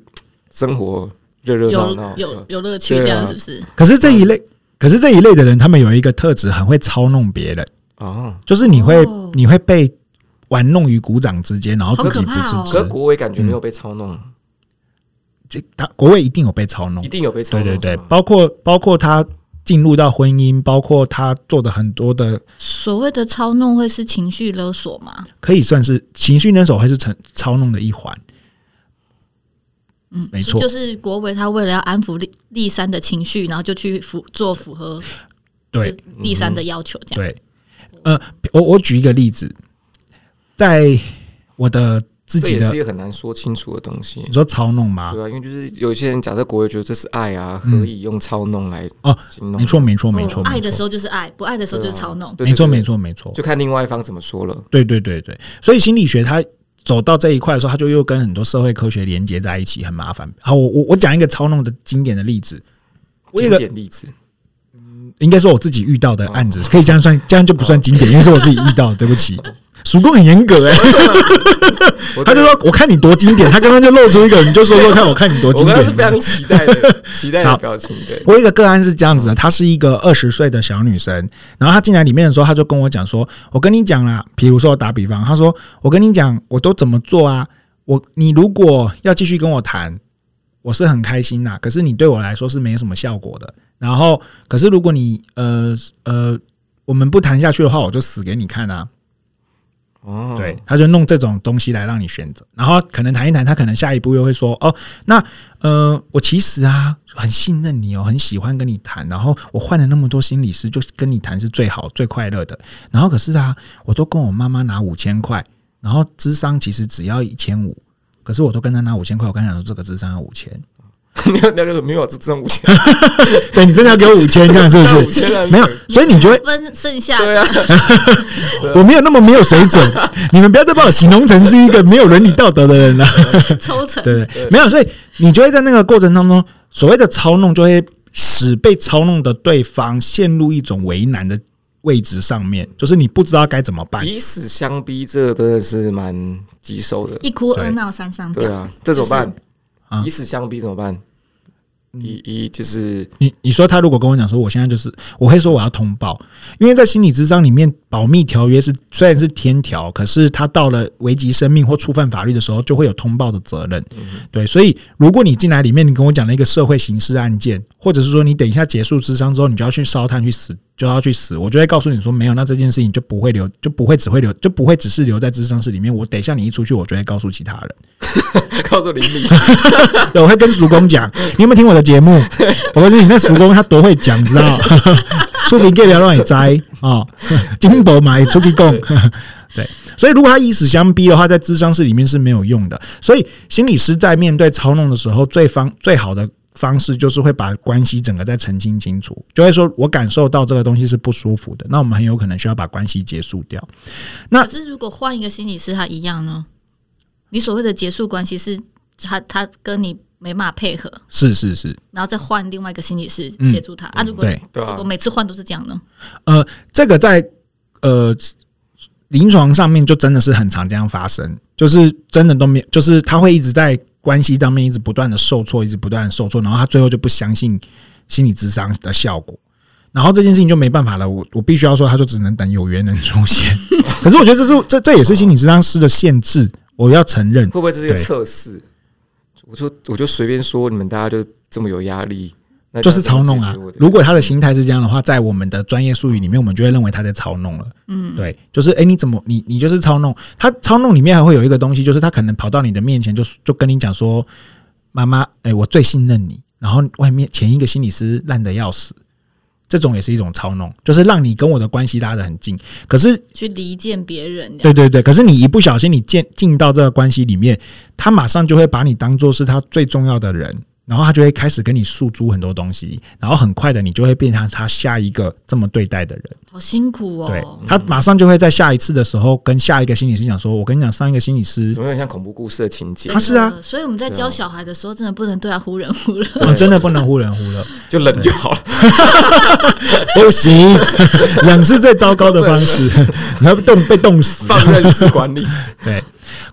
Speaker 3: 生活热
Speaker 1: 啊
Speaker 3: 热闹
Speaker 2: 有
Speaker 3: 闹。
Speaker 2: 有有乐趣，
Speaker 3: 对啊
Speaker 2: 这样是不是？
Speaker 1: 可是这一类，可是这一类的人，他们有一个特质，很会操弄别人，
Speaker 3: 啊，
Speaker 1: 就是你会、
Speaker 2: 哦
Speaker 1: 你会被玩弄于股掌之间，然后自己不
Speaker 2: 好可怕哦
Speaker 1: 自知
Speaker 3: 可。是国伟感觉没有被操弄，
Speaker 1: 嗯这他国卫一定有被操弄
Speaker 3: 一，定有被操
Speaker 1: 对对
Speaker 3: 弄。
Speaker 1: 对
Speaker 3: 是，吗
Speaker 1: 包括包括他进入到婚姻，包括他做的很多的，
Speaker 2: 所谓的操弄会是情绪勒索吗？
Speaker 1: 可以算是情绪勒索还是成操弄的一环。嗯，没错
Speaker 2: 就，是国维他为了要安抚立立三的情绪，然后就去符做符合
Speaker 1: 对
Speaker 2: 就是立三的要求，这样。
Speaker 1: 对。呃，我我举一个例子，在我的自
Speaker 3: 这
Speaker 1: 己
Speaker 3: 也
Speaker 1: 的嗯
Speaker 3: 是一个很难说清楚的东西。
Speaker 1: 你说操弄吗？
Speaker 3: 对啊，因为就是有些人假设国伟觉得这是爱啊，何以用操弄来
Speaker 1: 哦
Speaker 3: 形容？
Speaker 1: 嗯没错，没错，没
Speaker 2: 哦
Speaker 1: 错，
Speaker 2: 爱
Speaker 1: 没
Speaker 2: 的时
Speaker 1: 错，
Speaker 2: 候就是爱，不爱的时候就是操弄。
Speaker 3: 对，
Speaker 1: 没错，
Speaker 3: 对
Speaker 1: 没，错，没错
Speaker 3: 对。就看另外一方怎么说了。
Speaker 1: 对对对对，所以心理学它走到这一块的时候，它就又跟很多社会科学连接在一起，很麻烦。好，我我我讲一个超弄的经典的例子，我有
Speaker 3: 经
Speaker 1: 一个
Speaker 3: 典例子，
Speaker 1: 应该说我自己遇到的案子，可以这样算，这样就不算经典，因为是我自己遇到的，对不 起。曙光很严 格哎、
Speaker 3: 欸我
Speaker 1: 他就说我看你多经典，他刚刚就露出一个，你就说说看，我看你多
Speaker 3: 我
Speaker 1: 经
Speaker 3: 刚刚是非
Speaker 1: 典。
Speaker 3: 常期待的， 期待的表情，对，
Speaker 1: 我有一个个案是这样子的，她是一个二十岁的小女生，然后她进来里面的时候，她就跟我讲说：“我跟你讲啦，比如说我打比方，她说我跟你讲，我都怎么做啊？我你如果要继续跟我谈，我是很开心啊啦，可是你对我来说是没什么效果的。然后，可是如果你呃呃，我们不谈下去的话，我就死给你看啊。”
Speaker 3: 哦，
Speaker 1: 对，，他就弄这种东西来让你选择，然后可能谈一谈，他可能下一步又会说，哦，那呃，我其实啊很信任你哦，很喜欢跟你谈，然后我换了那么多心理师，就是跟你谈是最好最快乐的，然后可是啊，我都跟我妈妈拿五千块，然后智商其实只要一千五，可是我都跟他拿五千块，我跟他讲说这个智商要五千，
Speaker 3: 没有那个没有，这这种五千，
Speaker 1: 对你真的要给我五千这样是不
Speaker 3: 这
Speaker 1: 是
Speaker 3: 五？千啊
Speaker 1: 没有，所以你就会
Speaker 2: 分剩下
Speaker 3: 对啊，
Speaker 1: 我没有那么没有水准，你们不要再把我形容成是一个没有伦理道德的人了。
Speaker 2: 抽成，
Speaker 1: 对对
Speaker 3: 对，
Speaker 1: 没有，所以你就会在那个过程当中，所谓的操弄，就会使被操弄的对方陷入一种为难的位置上面，就是你不知道该怎么办。
Speaker 3: 以死相逼，这真的是蛮棘手的。
Speaker 2: 一哭二闹三上
Speaker 3: 对
Speaker 2: 吊，
Speaker 3: 啊，这怎么办？
Speaker 1: 啊
Speaker 3: 以死相逼怎么办？以以就是
Speaker 1: 你你说他如果跟我讲说，我现在就是，我会说我要通报，因为在心理智商里面，保密条约是虽然是天条，可是他到了危及生命或触犯法律的时候，就会有通报的责任。对，所以如果你进来里面，你跟我讲了一个社会刑事案件，或者是说你等一下结束智商之后，你就要去烧炭去死，就要去死，我就会告诉你说，没有，那这件事情就不会留，就不会只会留，就不会只是留在智商室里面。我等一下你一出去，我就会告诉其他人。
Speaker 3: 告诉邻里，
Speaker 1: 对，我会跟叔公讲，你有没有听我的节目？我告诉你，那叔公他多会讲，你知道？出名 gay 不要乱摘哦，金箔买出去供。对，所以如果他以死相逼的话，在智商室里面是没有用的。所以心理师在面对操弄的时候，最方最好的方式就是会把关系整个再澄清清楚，就会说我感受到这个东西是不舒服的，那我们很有可能需要把关系结束掉。那
Speaker 2: 可是如果换一个心理师，他一样呢？你所谓的结束关系是他他跟你没办法配合，
Speaker 1: 是是是，
Speaker 2: 然后再换另外一个心理师
Speaker 1: 嗯
Speaker 2: 协助他、啊。如果
Speaker 1: 对。
Speaker 3: 对
Speaker 2: 如
Speaker 3: 吧
Speaker 2: 果？每次换都是这样呢？
Speaker 1: 呃，这个在呃临床上面就真的是很常这样发生，就是真的都没有，就是他会一直在关系上面一直不断的受挫，一直不断的受挫，然后他最后就不相信心理智商的效果。然后这件事情就没办法了，我我必须要说，他就只能等有缘人出现。 可是我觉得这是这这也是心理智商师的限制，我要承认。
Speaker 3: 会不会这是一个
Speaker 1: 对
Speaker 3: 测试？我就我就随便说，你们大家就这么有压力，那
Speaker 1: 就是
Speaker 3: 这
Speaker 1: 操
Speaker 3: 样怎么
Speaker 1: 弄啊
Speaker 3: 解决我。的
Speaker 1: 如果他的心态是这样的话，在我们的专业术语里面，我们就会认为他在操弄了。嗯，对，就是诶，你怎么你你就是操弄？他操弄里面还会有一个东西，就是他可能跑到你的面前就，就跟你讲说：“妈妈，诶，我最信任你。”然后外面前一个心理师烂的要死，这种也是一种操弄，就是让你跟我的关系拉得很近。可是
Speaker 2: 去离间别人这
Speaker 1: 对
Speaker 2: 样，
Speaker 1: 对对，可是你一不小心你进进到这个关系里面，他马上就会把你当做是他最重要的人，然后他就会开始跟你诉诸很多东西，然后很快的你就会变成他下一个这么对待的人。
Speaker 2: 好辛苦
Speaker 1: 对
Speaker 2: 哦。
Speaker 1: 他马上就会在下一次的时候跟下一个心理师讲说：“我跟你讲，上一个心理师
Speaker 3: 怎么有点像恐怖故事的情 节
Speaker 1: 啊？是啊
Speaker 2: 真的，所以我们在教小孩的时候，真的不能对他忽冷忽热。
Speaker 1: 我哦真的不能忽冷忽 热，
Speaker 3: 就冷就好了，
Speaker 1: 不 行，冷是最糟糕的方 式，你要被冻被冻死。”
Speaker 3: 放任式管理。
Speaker 1: 对，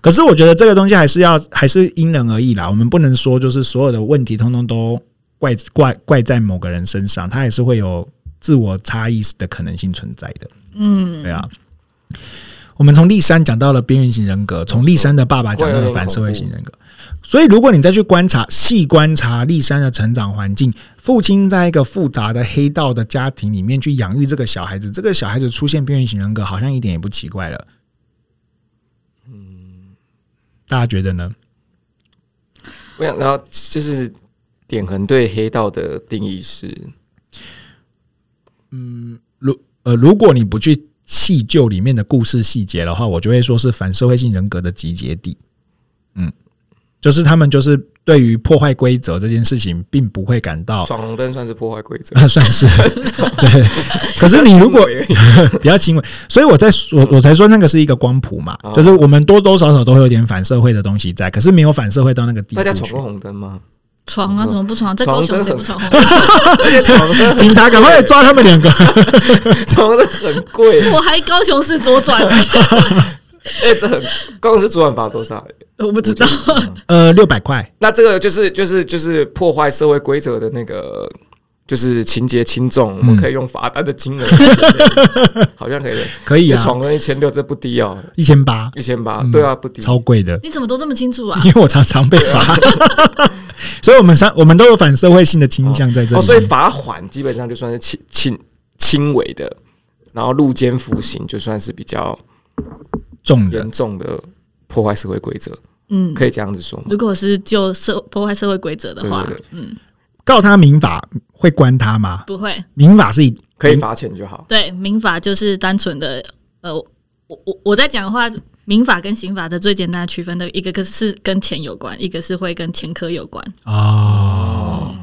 Speaker 1: 可是我觉得这个东西还是要还是因人而异啦。我们不能说就是所有的问题通通都怪怪怪在某个人身上，他还是会有自我差异的可能性存在的。
Speaker 2: 嗯，
Speaker 1: 对啊，我们从立山讲到了边缘型人格，从立山的爸爸讲到了反社会型人格。所以，如果你再去观察、细观察立山的成长环境，父亲在一个复杂的黑道的家庭里面去养育这个小孩子，这个小孩子出现边缘型人格，好像一点也不奇怪了。嗯，大家觉得呢？
Speaker 3: 我想，然后就是点恒对黑道的定义是，
Speaker 1: 呃，如果你不去细究里面的故事细节的话，我就会说是反社会性人格的集结地。嗯，就是他们就是对于破坏规则这件事情，并不会感到。
Speaker 3: 闯红灯算是破坏规则。
Speaker 1: 啊算 是对，可是 你如果
Speaker 3: 啊
Speaker 1: 比较轻微，所以我在我我才说那个是一个光谱嘛，
Speaker 3: 哦
Speaker 1: 就是我们多多少少都会有点反社会的东西在，可是没有反社会到那个地步
Speaker 3: 大家
Speaker 1: 去
Speaker 3: 闯。过红灯吗？
Speaker 2: 闯啊，怎么不闯？在高雄谁不闯红
Speaker 3: 啊而且闯红灯，
Speaker 1: 警察赶快抓他们 两个！
Speaker 3: 闯红灯很 贵，
Speaker 2: 灯？我还高雄市左转，
Speaker 3: 哎，这很，刚刚是昨晚罚多少？
Speaker 2: 我不知道。
Speaker 1: 呃，六百块，
Speaker 3: 那这个就是就是就是破坏社会规则的那个，就是情节轻重，我们可以用罚单的金额， 好像可以的。
Speaker 1: 可以
Speaker 3: 一
Speaker 1: 嗯啊，
Speaker 3: 闯了一千六，这不低哦，
Speaker 1: 一千八，
Speaker 3: 一千八，对啊，不低。
Speaker 1: 超贵的。
Speaker 2: 你怎么都这么清楚啊？
Speaker 1: 因为我常常被 罚，所以我们三我们都有反社会性的倾向在这里面。
Speaker 3: 哦，所以罚款基本上就算是轻轻轻微的，然后入监服刑就算是比较
Speaker 1: 重的
Speaker 3: 严重的破坏社会规则，
Speaker 2: 嗯，
Speaker 3: 可以这样子说吗？
Speaker 2: 如果是就社破坏社会规则的话，
Speaker 3: 对对
Speaker 2: 嗯，
Speaker 1: 告他民法会关他吗？
Speaker 2: 不会。
Speaker 1: 民法是一
Speaker 3: 可以罚钱就好。
Speaker 2: 对，民法就是单纯的，呃，我我我在讲的话，民法跟刑法的最简单的区分的一个，可是跟钱有关，一个是会跟前科有关。
Speaker 1: 哦，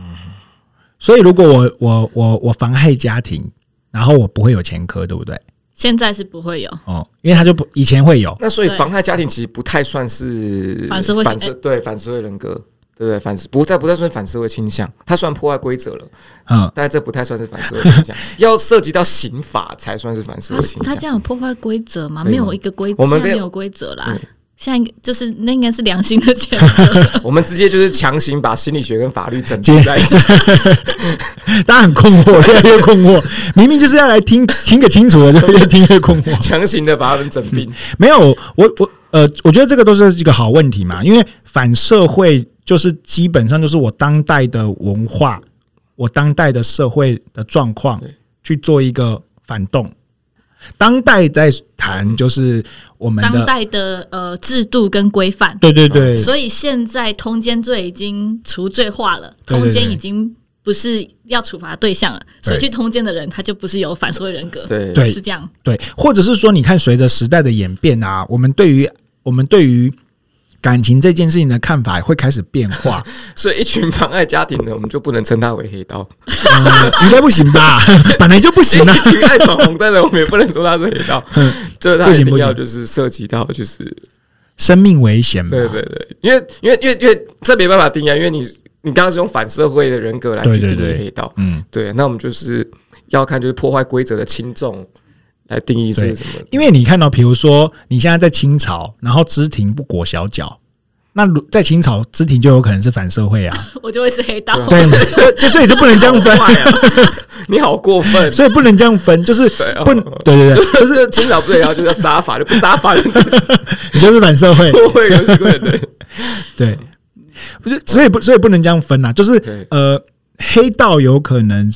Speaker 1: 所以如果我我我我妨害家庭，然后我不会有前科，对不对？
Speaker 2: 现在是不会有，
Speaker 1: 哦，因为他就不以前会有
Speaker 3: 那所以
Speaker 2: 对
Speaker 3: 妨害家庭其实不太算是
Speaker 2: 反社会
Speaker 3: 反
Speaker 2: 行
Speaker 3: 社对反社会人格，对不对？反不太不太算反社会倾向，它算破坏规则了，
Speaker 1: 嗯，
Speaker 3: 但这不太算是反社会 倾向，要涉及到刑法才算是反社
Speaker 2: 他
Speaker 3: 会倾
Speaker 2: 他
Speaker 3: 向
Speaker 2: 这。样有破坏规则吗？
Speaker 3: 可以
Speaker 2: 没
Speaker 3: 吗
Speaker 2: 有一个规，
Speaker 3: 我
Speaker 2: 现
Speaker 3: 们
Speaker 2: 在
Speaker 3: 没有
Speaker 2: 没有规则啦。现在就是那应该是良心的谴责，
Speaker 3: 我们直接就是强行把心理学跟法律整合在一起，
Speaker 1: 大家很困惑，越来越困惑。明明就是要来听听个清楚的，就越听越困惑。
Speaker 3: 强行的把他们整
Speaker 2: 嗯
Speaker 3: 并。
Speaker 1: 没有，我我呃，我觉得这个都是一个好问题嘛，因为反社会就是基本上就是我当代的文化，我当代的社会的状况
Speaker 3: 对
Speaker 1: 去做一个反动。当代在谈就是我们
Speaker 2: 当
Speaker 1: 的，
Speaker 2: 代的呃制度跟规范。
Speaker 1: 对对对，
Speaker 3: 嗯
Speaker 2: 所以现在通奸罪已经除罪化了，
Speaker 1: 对对
Speaker 2: 通奸
Speaker 1: 对
Speaker 2: 已经不是要处罚对象了，所以去通奸的人他就不是有反社会人格，
Speaker 3: 对
Speaker 1: 对
Speaker 2: 是这样。
Speaker 1: 对，或者是说，你看随着时代的演变啊，我们对于我们对于感情这件事情的看法会开始变 化，
Speaker 3: 所以一群妨碍家庭的，我们就不能称他为 黑道；
Speaker 1: 嗯、应该不行吧？ 本来就不 行啊
Speaker 3: 一。群爱闯红灯的，我们也不能说他是黑道。
Speaker 2: 嗯
Speaker 3: 这他
Speaker 1: 不
Speaker 3: 一
Speaker 1: 行
Speaker 3: 定
Speaker 1: 不
Speaker 3: 要
Speaker 1: 行
Speaker 3: 就是涉及到就是
Speaker 1: 生命危险嘛，
Speaker 3: 嗯对对对，因为因为因为因为这没办法定啊，因为你你刚刚是用反社会的人格来
Speaker 1: 对
Speaker 3: 去定
Speaker 1: 对
Speaker 3: 义
Speaker 1: 对
Speaker 3: 黑道，
Speaker 1: 嗯，
Speaker 3: 对，那我们就是要看就是破坏规则的轻重来定义这
Speaker 1: 对
Speaker 3: 是什么。
Speaker 1: 因为你看到，比如说你现在在清朝，然后知庭不裹小脚，那如在清朝知庭就有可能是反社会啊，
Speaker 2: 我就会是黑道。
Speaker 1: 对，就就所以就不能这样分，
Speaker 3: 坏啊！你好过分！
Speaker 1: 所以不能这样分，就是
Speaker 3: 对啊
Speaker 1: 不，对对对，
Speaker 3: 就是清朝不对，然后就是要扎法，就不扎法就
Speaker 1: 你就是反社 会，
Speaker 3: 破坏游戏规则。对
Speaker 1: 对，不是，所以不，所以不能这样分啦、就是
Speaker 3: 对
Speaker 1: 呃，黑道有可能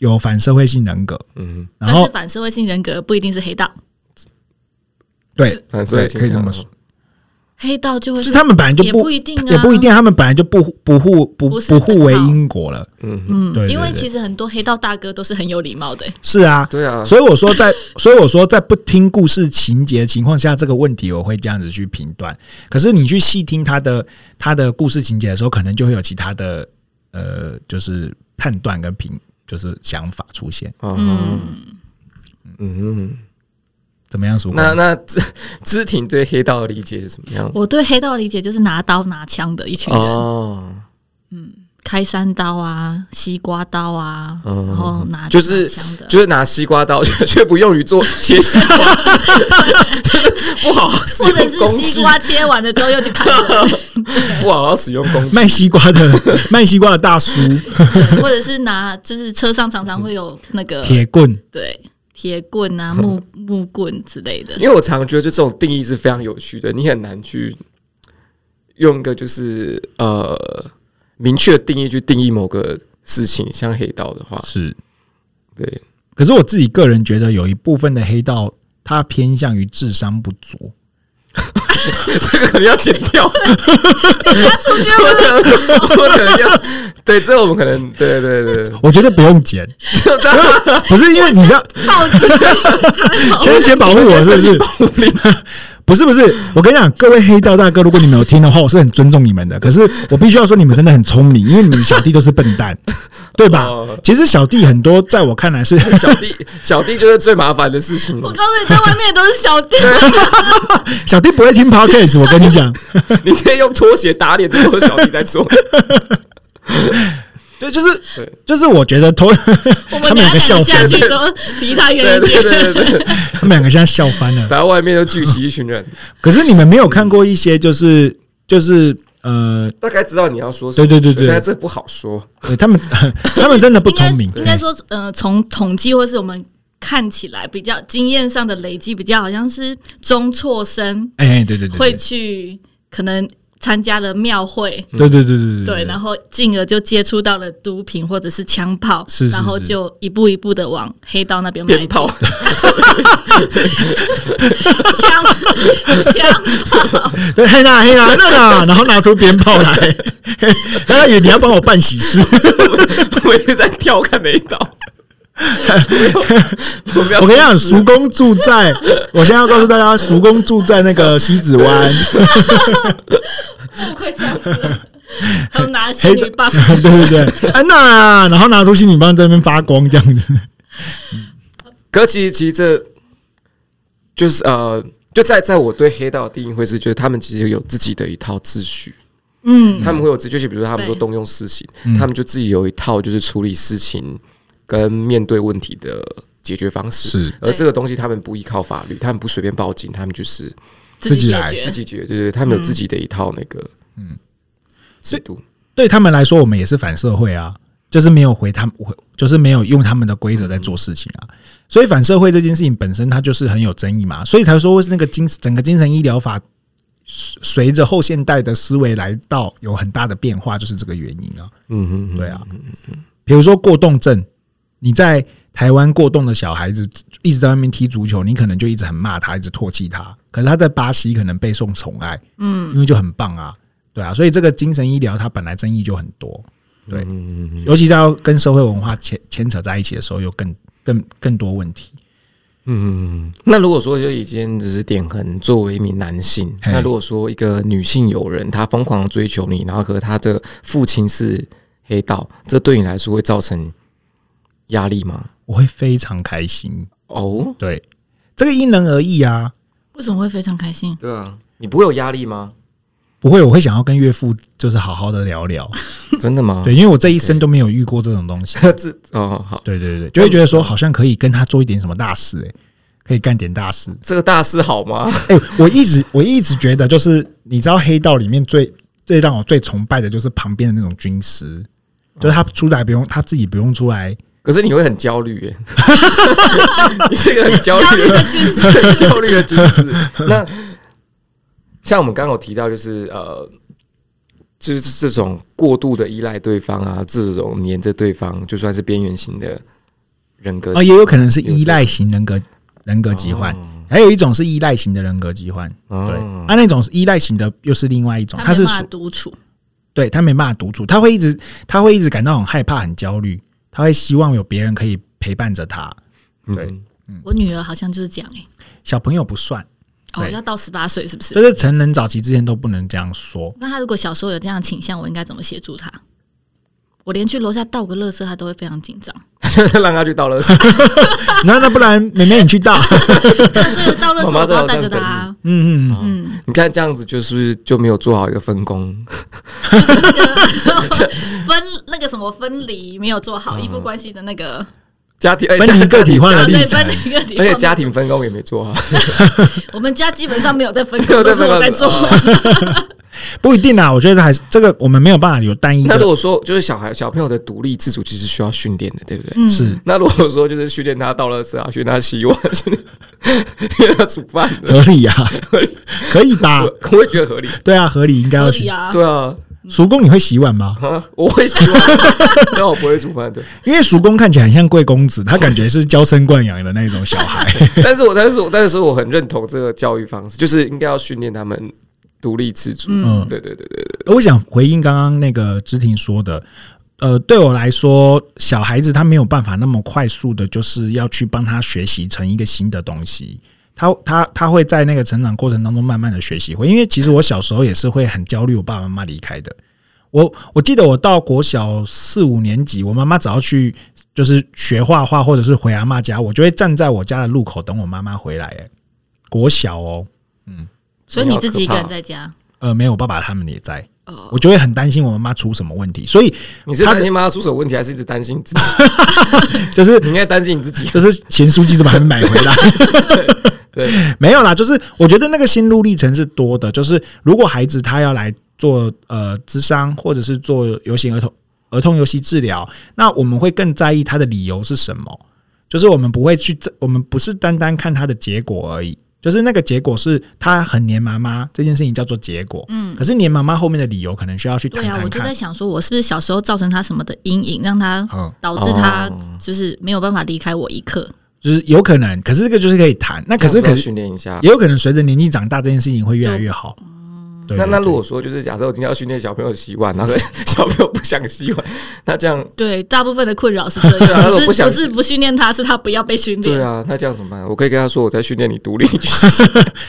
Speaker 1: 有反社会性人格，
Speaker 3: 嗯，
Speaker 1: 然
Speaker 2: 但
Speaker 1: 后
Speaker 2: 是反社会性人格不一定是黑道，
Speaker 1: 对
Speaker 3: 反正
Speaker 1: 对，可以这么说，，
Speaker 2: 黑道就会
Speaker 1: 就是他们本来就
Speaker 2: 也
Speaker 1: 不
Speaker 2: 不一定啊
Speaker 1: 也不一定，他们本来就不不互不
Speaker 2: 不是
Speaker 1: 不互为
Speaker 2: 等号
Speaker 1: 因果了，
Speaker 3: 嗯，
Speaker 2: 嗯，
Speaker 1: 对对
Speaker 2: 因为
Speaker 1: 对
Speaker 2: 其实很多黑道大哥都是很有礼貌的、
Speaker 1: 是啊，
Speaker 3: 对啊，
Speaker 1: 所以我说在， 所以我说在不听故事情节的情况下，这个问题我会这样子去评断。可是你去细听他的他的故事情节的时候，可能就会有其他的呃，就是判断跟评，就是想法出现。
Speaker 3: 嗯
Speaker 2: 嗯，
Speaker 3: 嗯，
Speaker 1: 怎么样说？
Speaker 3: 那 那知知挺对黑道的理解是怎么样？
Speaker 2: 我对黑道的理解就是拿刀拿枪的一群人，
Speaker 3: 哦，
Speaker 2: 开山刀啊，西瓜刀啊，
Speaker 3: 嗯
Speaker 2: 然后拿
Speaker 3: 就是
Speaker 2: 拿枪的，
Speaker 3: 就是拿西瓜刀， 却却不用于做切西瓜， 就是不好好使
Speaker 2: 或
Speaker 3: 用
Speaker 2: 者是
Speaker 3: 工
Speaker 2: 西
Speaker 3: 具，
Speaker 2: 瓜切完了之后又去砍人，
Speaker 3: 不好好使用工具。
Speaker 1: 卖西瓜 的卖西瓜的大叔，
Speaker 3: 嗯
Speaker 2: 对或者是拿就是车上常常会有那个
Speaker 1: 铁棍，
Speaker 2: 对铁棍 啊、木木棍之类的，
Speaker 3: 因为我常觉得就这种定义是非常有趣的，你很难去用一个就是呃明确的定义去定义某个事情，像黑道的话，
Speaker 1: 是。
Speaker 3: 对，
Speaker 1: 可是我自己个人觉得，有一部分的黑道，他偏向于智商不足。
Speaker 3: 这个可能要剪 掉，
Speaker 2: 他出去
Speaker 3: 我可能我可能要对，这我们可能对对对 对，
Speaker 1: 我觉得不用剪，不是因为你知道，
Speaker 2: 报警，警察
Speaker 1: 先先保护我，是不是？ 不是不是，我跟你讲，各位黑道大哥，如果你们有听的话，我是很尊重你们的。可是我必须要说，你们真的很聪明，因为你们小弟都是笨 蛋，对吧
Speaker 3: 哦？
Speaker 1: 其实小弟很多，在我看来 是
Speaker 3: 小弟小弟就是最麻烦的事情嘛
Speaker 2: 我告诉你，在外面都是小弟，
Speaker 1: 小弟不会听 podcast。我跟你讲，
Speaker 3: 你可以用拖鞋打脸，都是小弟在做。
Speaker 1: 对，就是
Speaker 3: 对
Speaker 1: 就是，我觉得 头
Speaker 2: 我
Speaker 1: 他
Speaker 2: 们
Speaker 1: 们两
Speaker 2: 俩
Speaker 1: 个笑
Speaker 2: 下
Speaker 1: 翻
Speaker 2: 去之后离他远
Speaker 3: 对
Speaker 2: 一点
Speaker 3: 对。对对对，
Speaker 1: 他们两个现在笑翻了。
Speaker 3: 然后外面就聚集一群人，
Speaker 1: 可是你们没有看过一些，就是就是呃，
Speaker 3: 大概知道你要说什
Speaker 1: 对
Speaker 3: 么。
Speaker 1: 对对
Speaker 3: 对，但
Speaker 1: 对，
Speaker 3: 这不好说。
Speaker 1: 对他们他们真的不
Speaker 2: 应该
Speaker 1: 聪明，
Speaker 2: 应该说，呃，从统计或是我们看起来比较经验上的累积，比较好像是中辍生
Speaker 1: 哎，对对对，
Speaker 2: 会
Speaker 1: 对
Speaker 2: 去可能参加了庙会。
Speaker 1: 对对对对
Speaker 2: 对，然后进而就接触到了毒品或者是枪炮，
Speaker 1: 是是是
Speaker 2: 然后就一步一步的往黑道那边迈
Speaker 3: 鞭
Speaker 2: 进
Speaker 3: 炮，
Speaker 2: 枪 枪炮，
Speaker 1: 对，嘿啦嘿啦那啦，然后拿出鞭炮 来，哎嘿大家以为你要帮我办喜事，
Speaker 3: 我一直在跳看那一道。我们 要
Speaker 1: 我跟你讲，
Speaker 3: 试试
Speaker 1: 叔公住在，我现在要告诉大家，叔公住在那个西子湾，
Speaker 2: 我快笑死了。他们拿了仙
Speaker 1: 黑
Speaker 2: 女
Speaker 1: 的，
Speaker 2: 棒，
Speaker 1: 对对对，安娜，然后拿出仙女棒在那边发光这样子，
Speaker 3: 可其实其实这就是呃，就在在我对黑道的定义会是，就是他们其实有自己的一套秩序，
Speaker 2: 嗯，
Speaker 3: 他们会有秩序，比如说他们说
Speaker 2: 对
Speaker 3: 动用私刑
Speaker 1: 嗯，
Speaker 3: 他们就自己有一套就是处理事情跟面对问题的解决方式。
Speaker 1: 是
Speaker 3: 而这个东西他们不依靠法律，他们不随便报警，他们就是
Speaker 1: 自
Speaker 2: 自
Speaker 1: 己
Speaker 2: 己
Speaker 1: 来
Speaker 2: 解决，
Speaker 3: 自己解决，对对，他们有自己的一套那个
Speaker 1: 嗯
Speaker 3: 制度。
Speaker 1: 对他们来说，我们也是反社会啊，就是没有回他们，回就是没有用他们的规则在做事情啊。所以反社会这件事情本身它就是很有争议嘛，所以才说是那个精整个精神医疗法随随着后现代的思维来到有很大的变化，就是这个原因啊。
Speaker 3: 嗯哼哼，
Speaker 1: 对啊，比如说过动症，你在台湾过动的小孩子一直在外面踢足球，你可能就一直很骂他，一直唾弃他。可是他在巴西可能备受宠爱，嗯，因为就很棒啊，对啊，所以这个精神医疗它本来争议就很多，对，
Speaker 3: 嗯
Speaker 1: 尤其是要跟社会文化牵牵扯在一起的时候，又更更更多问题。
Speaker 3: 嗯，那如果说就以前只是点恒作为一名男性，
Speaker 1: 嘿
Speaker 3: 那如果说一个女性友人她疯狂地追求你，然后和她的父亲是黑道，这对你来说会造成压力吗？
Speaker 1: 我会非常开心，
Speaker 3: 哦，
Speaker 1: 对，这个因人而异啊，
Speaker 2: 为什么会非常开心？
Speaker 3: 对啊，你不会有压力吗？
Speaker 1: 不会，我会想要跟岳父就是好好的聊聊，
Speaker 3: 真的 吗？
Speaker 1: 嗯对，，因为我这一生都没有遇过这种东西。
Speaker 3: 这哦好，
Speaker 1: 对对对，就会觉得说好像可以跟他做一点什么大事、欸，可以干点大事。
Speaker 3: 这个大事好吗？
Speaker 1: 哎、我一直我一直觉得，就是你知道黑道里面最最让我最崇拜的就是旁边的那种军师，哦就是他出来不用他自己不用出来，
Speaker 3: 可是你会很焦虑耶， 你这个很焦
Speaker 2: 焦
Speaker 3: 虑
Speaker 2: 虑
Speaker 3: 的
Speaker 2: 的军 事，
Speaker 3: 焦虑的军师。那像我们刚刚有提到，就是呃，就是这种过度的依赖对方啊，这种黏着对方，就算是边缘型的人格
Speaker 1: 啊，也有可能是哦依赖型人格人格疾患，还有一种是依赖型的人格疾患。对，
Speaker 3: 哦
Speaker 1: 啊，那种是依赖型的又是另外一种，
Speaker 2: 他
Speaker 1: 他
Speaker 2: 没
Speaker 1: 是
Speaker 2: 办法
Speaker 1: 属
Speaker 2: 独处，
Speaker 1: 对他没办法独处，他会一直他会一直感到很害怕、很焦虑，他会希望有别人可以陪伴着他。对，
Speaker 3: 嗯
Speaker 2: 我女儿好像就是这样哎、
Speaker 1: 小朋友不算。
Speaker 2: 哦，
Speaker 1: 对
Speaker 2: 要到十八岁是不是？
Speaker 1: 就是成人早期之前都不能这样说。
Speaker 2: 那她如果小时候有这样的倾向，我应该怎么协助她？我连去楼下倒个垃圾，她都会非常紧张。
Speaker 3: 让他去倒垃圾。
Speaker 1: 那那不然，妹妹你去倒。
Speaker 2: 但是倒垃圾 我都要带着她，
Speaker 1: 嗯嗯，
Speaker 2: 嗯，
Speaker 3: 你看这样子，就是就没有做好一个分工。
Speaker 2: 就是那个分那个什么分离没有做好，依附关系的那个，
Speaker 3: 家庭，哎
Speaker 1: 分离
Speaker 3: 家
Speaker 1: 个体化
Speaker 2: 然
Speaker 1: 的
Speaker 2: 后
Speaker 1: 历
Speaker 2: 对
Speaker 1: 程
Speaker 2: 分。离个地
Speaker 3: 而
Speaker 2: 方
Speaker 3: 且家庭分工也没做好，
Speaker 2: 我们家基本上没有在 分
Speaker 3: 没有
Speaker 2: 工，
Speaker 3: 在
Speaker 2: 都
Speaker 3: 分
Speaker 2: 是
Speaker 3: 工
Speaker 2: 我在做。
Speaker 1: 不一定啦，啊我觉得还是这个我们没有办法有单一
Speaker 3: 那如
Speaker 1: 的。
Speaker 3: 果说就是小孩小朋友的独立自主，其实需要训练的，对不对？
Speaker 2: 嗯，
Speaker 1: 是
Speaker 3: 那如果说就是训练他倒垃圾啊，训练他洗碗， 训练训练他煮饭 的，
Speaker 1: 合理啊，可以吧
Speaker 3: 我？我会觉得合理。
Speaker 1: 对啊，合理应该
Speaker 2: 合
Speaker 1: 要
Speaker 2: 理
Speaker 1: 去。
Speaker 2: 啊，
Speaker 3: 对啊，
Speaker 1: 叔公你会洗碗吗？
Speaker 3: 啊，我会洗碗， 但我不会煮饭的。
Speaker 1: 因为叔公看起来很像贵公子，他感觉是娇生惯养的那种小孩。
Speaker 3: 但是我，但是我，但是我很认同这个教育方式，就是应该要训练他们独立自主。
Speaker 2: 嗯，
Speaker 1: 嗯，
Speaker 3: 对对对对，
Speaker 1: 我想回应刚刚那个知婷说的，呃，对我来说，小孩子他没有办法那么快速的，就是要去帮他学习成一个新的东西。他他他会在那个成长过程当中慢慢的学习会，因为其实我小时候也是会很焦虑，我爸爸妈妈离开的。我我记得我到国小四五年级，我妈妈只要去就是学画画或者是回阿妈家，我就会站在我家的路口等我妈妈回来。哎，国小哦，
Speaker 2: 所以你自己一个人在家，
Speaker 1: 呃，没有我爸爸他们也在，
Speaker 2: 哦，
Speaker 1: 我就会很担心我妈妈出什么问题，所以
Speaker 3: 你是
Speaker 1: 他的
Speaker 3: 担心妈妈出什么问题，还是一直担心自己？
Speaker 1: 就是
Speaker 3: 你应该担心你自己。
Speaker 1: 就是钱书记怎么还没买回来？
Speaker 3: 对，
Speaker 1: 没有啦，就是我觉得那个心路历程是多的。就是如果孩子他要来做呃智商，或者是做游行儿童儿童游戏治疗，那我们会更在意他的理由是什么。就是我们不会去，我们不是单单看他的结果而已，就是那个结果是他很黏妈妈这件事情叫做结果。嗯，可是黏妈妈后面的理由可能需要去谈
Speaker 2: 对啊，我
Speaker 1: 谈
Speaker 2: 就
Speaker 1: 看
Speaker 2: 在。想说，我是不是小时候造成她什么的阴影，让她
Speaker 1: 嗯，
Speaker 2: 导致她
Speaker 3: 哦
Speaker 2: 就是没有办法离开我一刻？
Speaker 1: 就是有可能，可是这个就是可以谈。那可是
Speaker 3: 这样
Speaker 1: 可
Speaker 3: 子要啊
Speaker 1: 是
Speaker 3: 训练一下，
Speaker 1: 也有可能随着年纪长大，这件事情会越来越好。对
Speaker 3: 那
Speaker 1: 对
Speaker 3: 那
Speaker 1: 对
Speaker 3: 如果说就是假设我今天要训练小朋友洗碗，然后 小朋友不想洗碗，那这样
Speaker 2: 对，大部分的困扰是这
Speaker 3: 对啊
Speaker 2: 样，
Speaker 3: 如
Speaker 2: 不是
Speaker 3: 果不想
Speaker 2: 不是不训练他，是他不要被训
Speaker 3: 对
Speaker 2: 练。
Speaker 3: 啊，那这样怎么办？我可以跟他说我在训练你独立。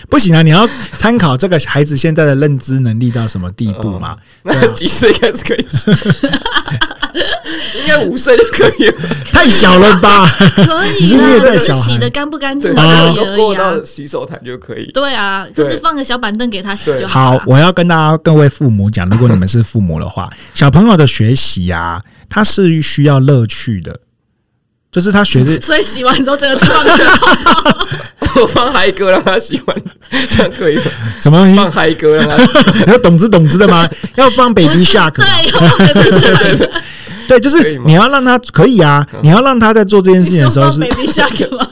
Speaker 1: 不行啊，你要参考这个孩子现在的认知能力到什么地步嘛？
Speaker 3: 那 几岁开始可以洗？ 应该五岁就可以了。
Speaker 1: 太小了吧？
Speaker 2: 可
Speaker 1: 你
Speaker 2: 以
Speaker 1: 是虐
Speaker 2: 啦，
Speaker 1: 待
Speaker 2: 啊就是
Speaker 1: 小孩
Speaker 2: 洗的干不干净
Speaker 3: 对，
Speaker 2: 而
Speaker 1: 啊
Speaker 3: 他
Speaker 2: 已
Speaker 3: 就
Speaker 2: 而
Speaker 3: 过
Speaker 2: 已啊
Speaker 3: 到。洗手台就可以。
Speaker 2: 对啊，
Speaker 3: 对
Speaker 2: 甚至放个小板凳给他洗就
Speaker 1: 好
Speaker 2: 了，。
Speaker 1: 我要跟大家各位父母讲，如果你们是父母的话，小朋友的学习啊，他是需要乐趣的，就是他学的。
Speaker 2: 所以洗完之后，整个厨房都觉得
Speaker 3: 啊我放嗨歌让他洗碗，这样可以吗？
Speaker 1: 什么东西
Speaker 3: 放？嗨歌让 他洗。
Speaker 1: 要懂之懂之的吗？要放
Speaker 2: 不
Speaker 1: baby
Speaker 2: 是
Speaker 1: 下课，
Speaker 2: 对，要放 baby shark，
Speaker 1: 对，就
Speaker 3: 可
Speaker 1: 是
Speaker 3: 以吗
Speaker 1: 你要让他可以啊，你要让他在做这件事
Speaker 2: 你
Speaker 1: 情的时
Speaker 2: 是
Speaker 1: 候
Speaker 2: 放
Speaker 1: 是
Speaker 2: baby shark 吗？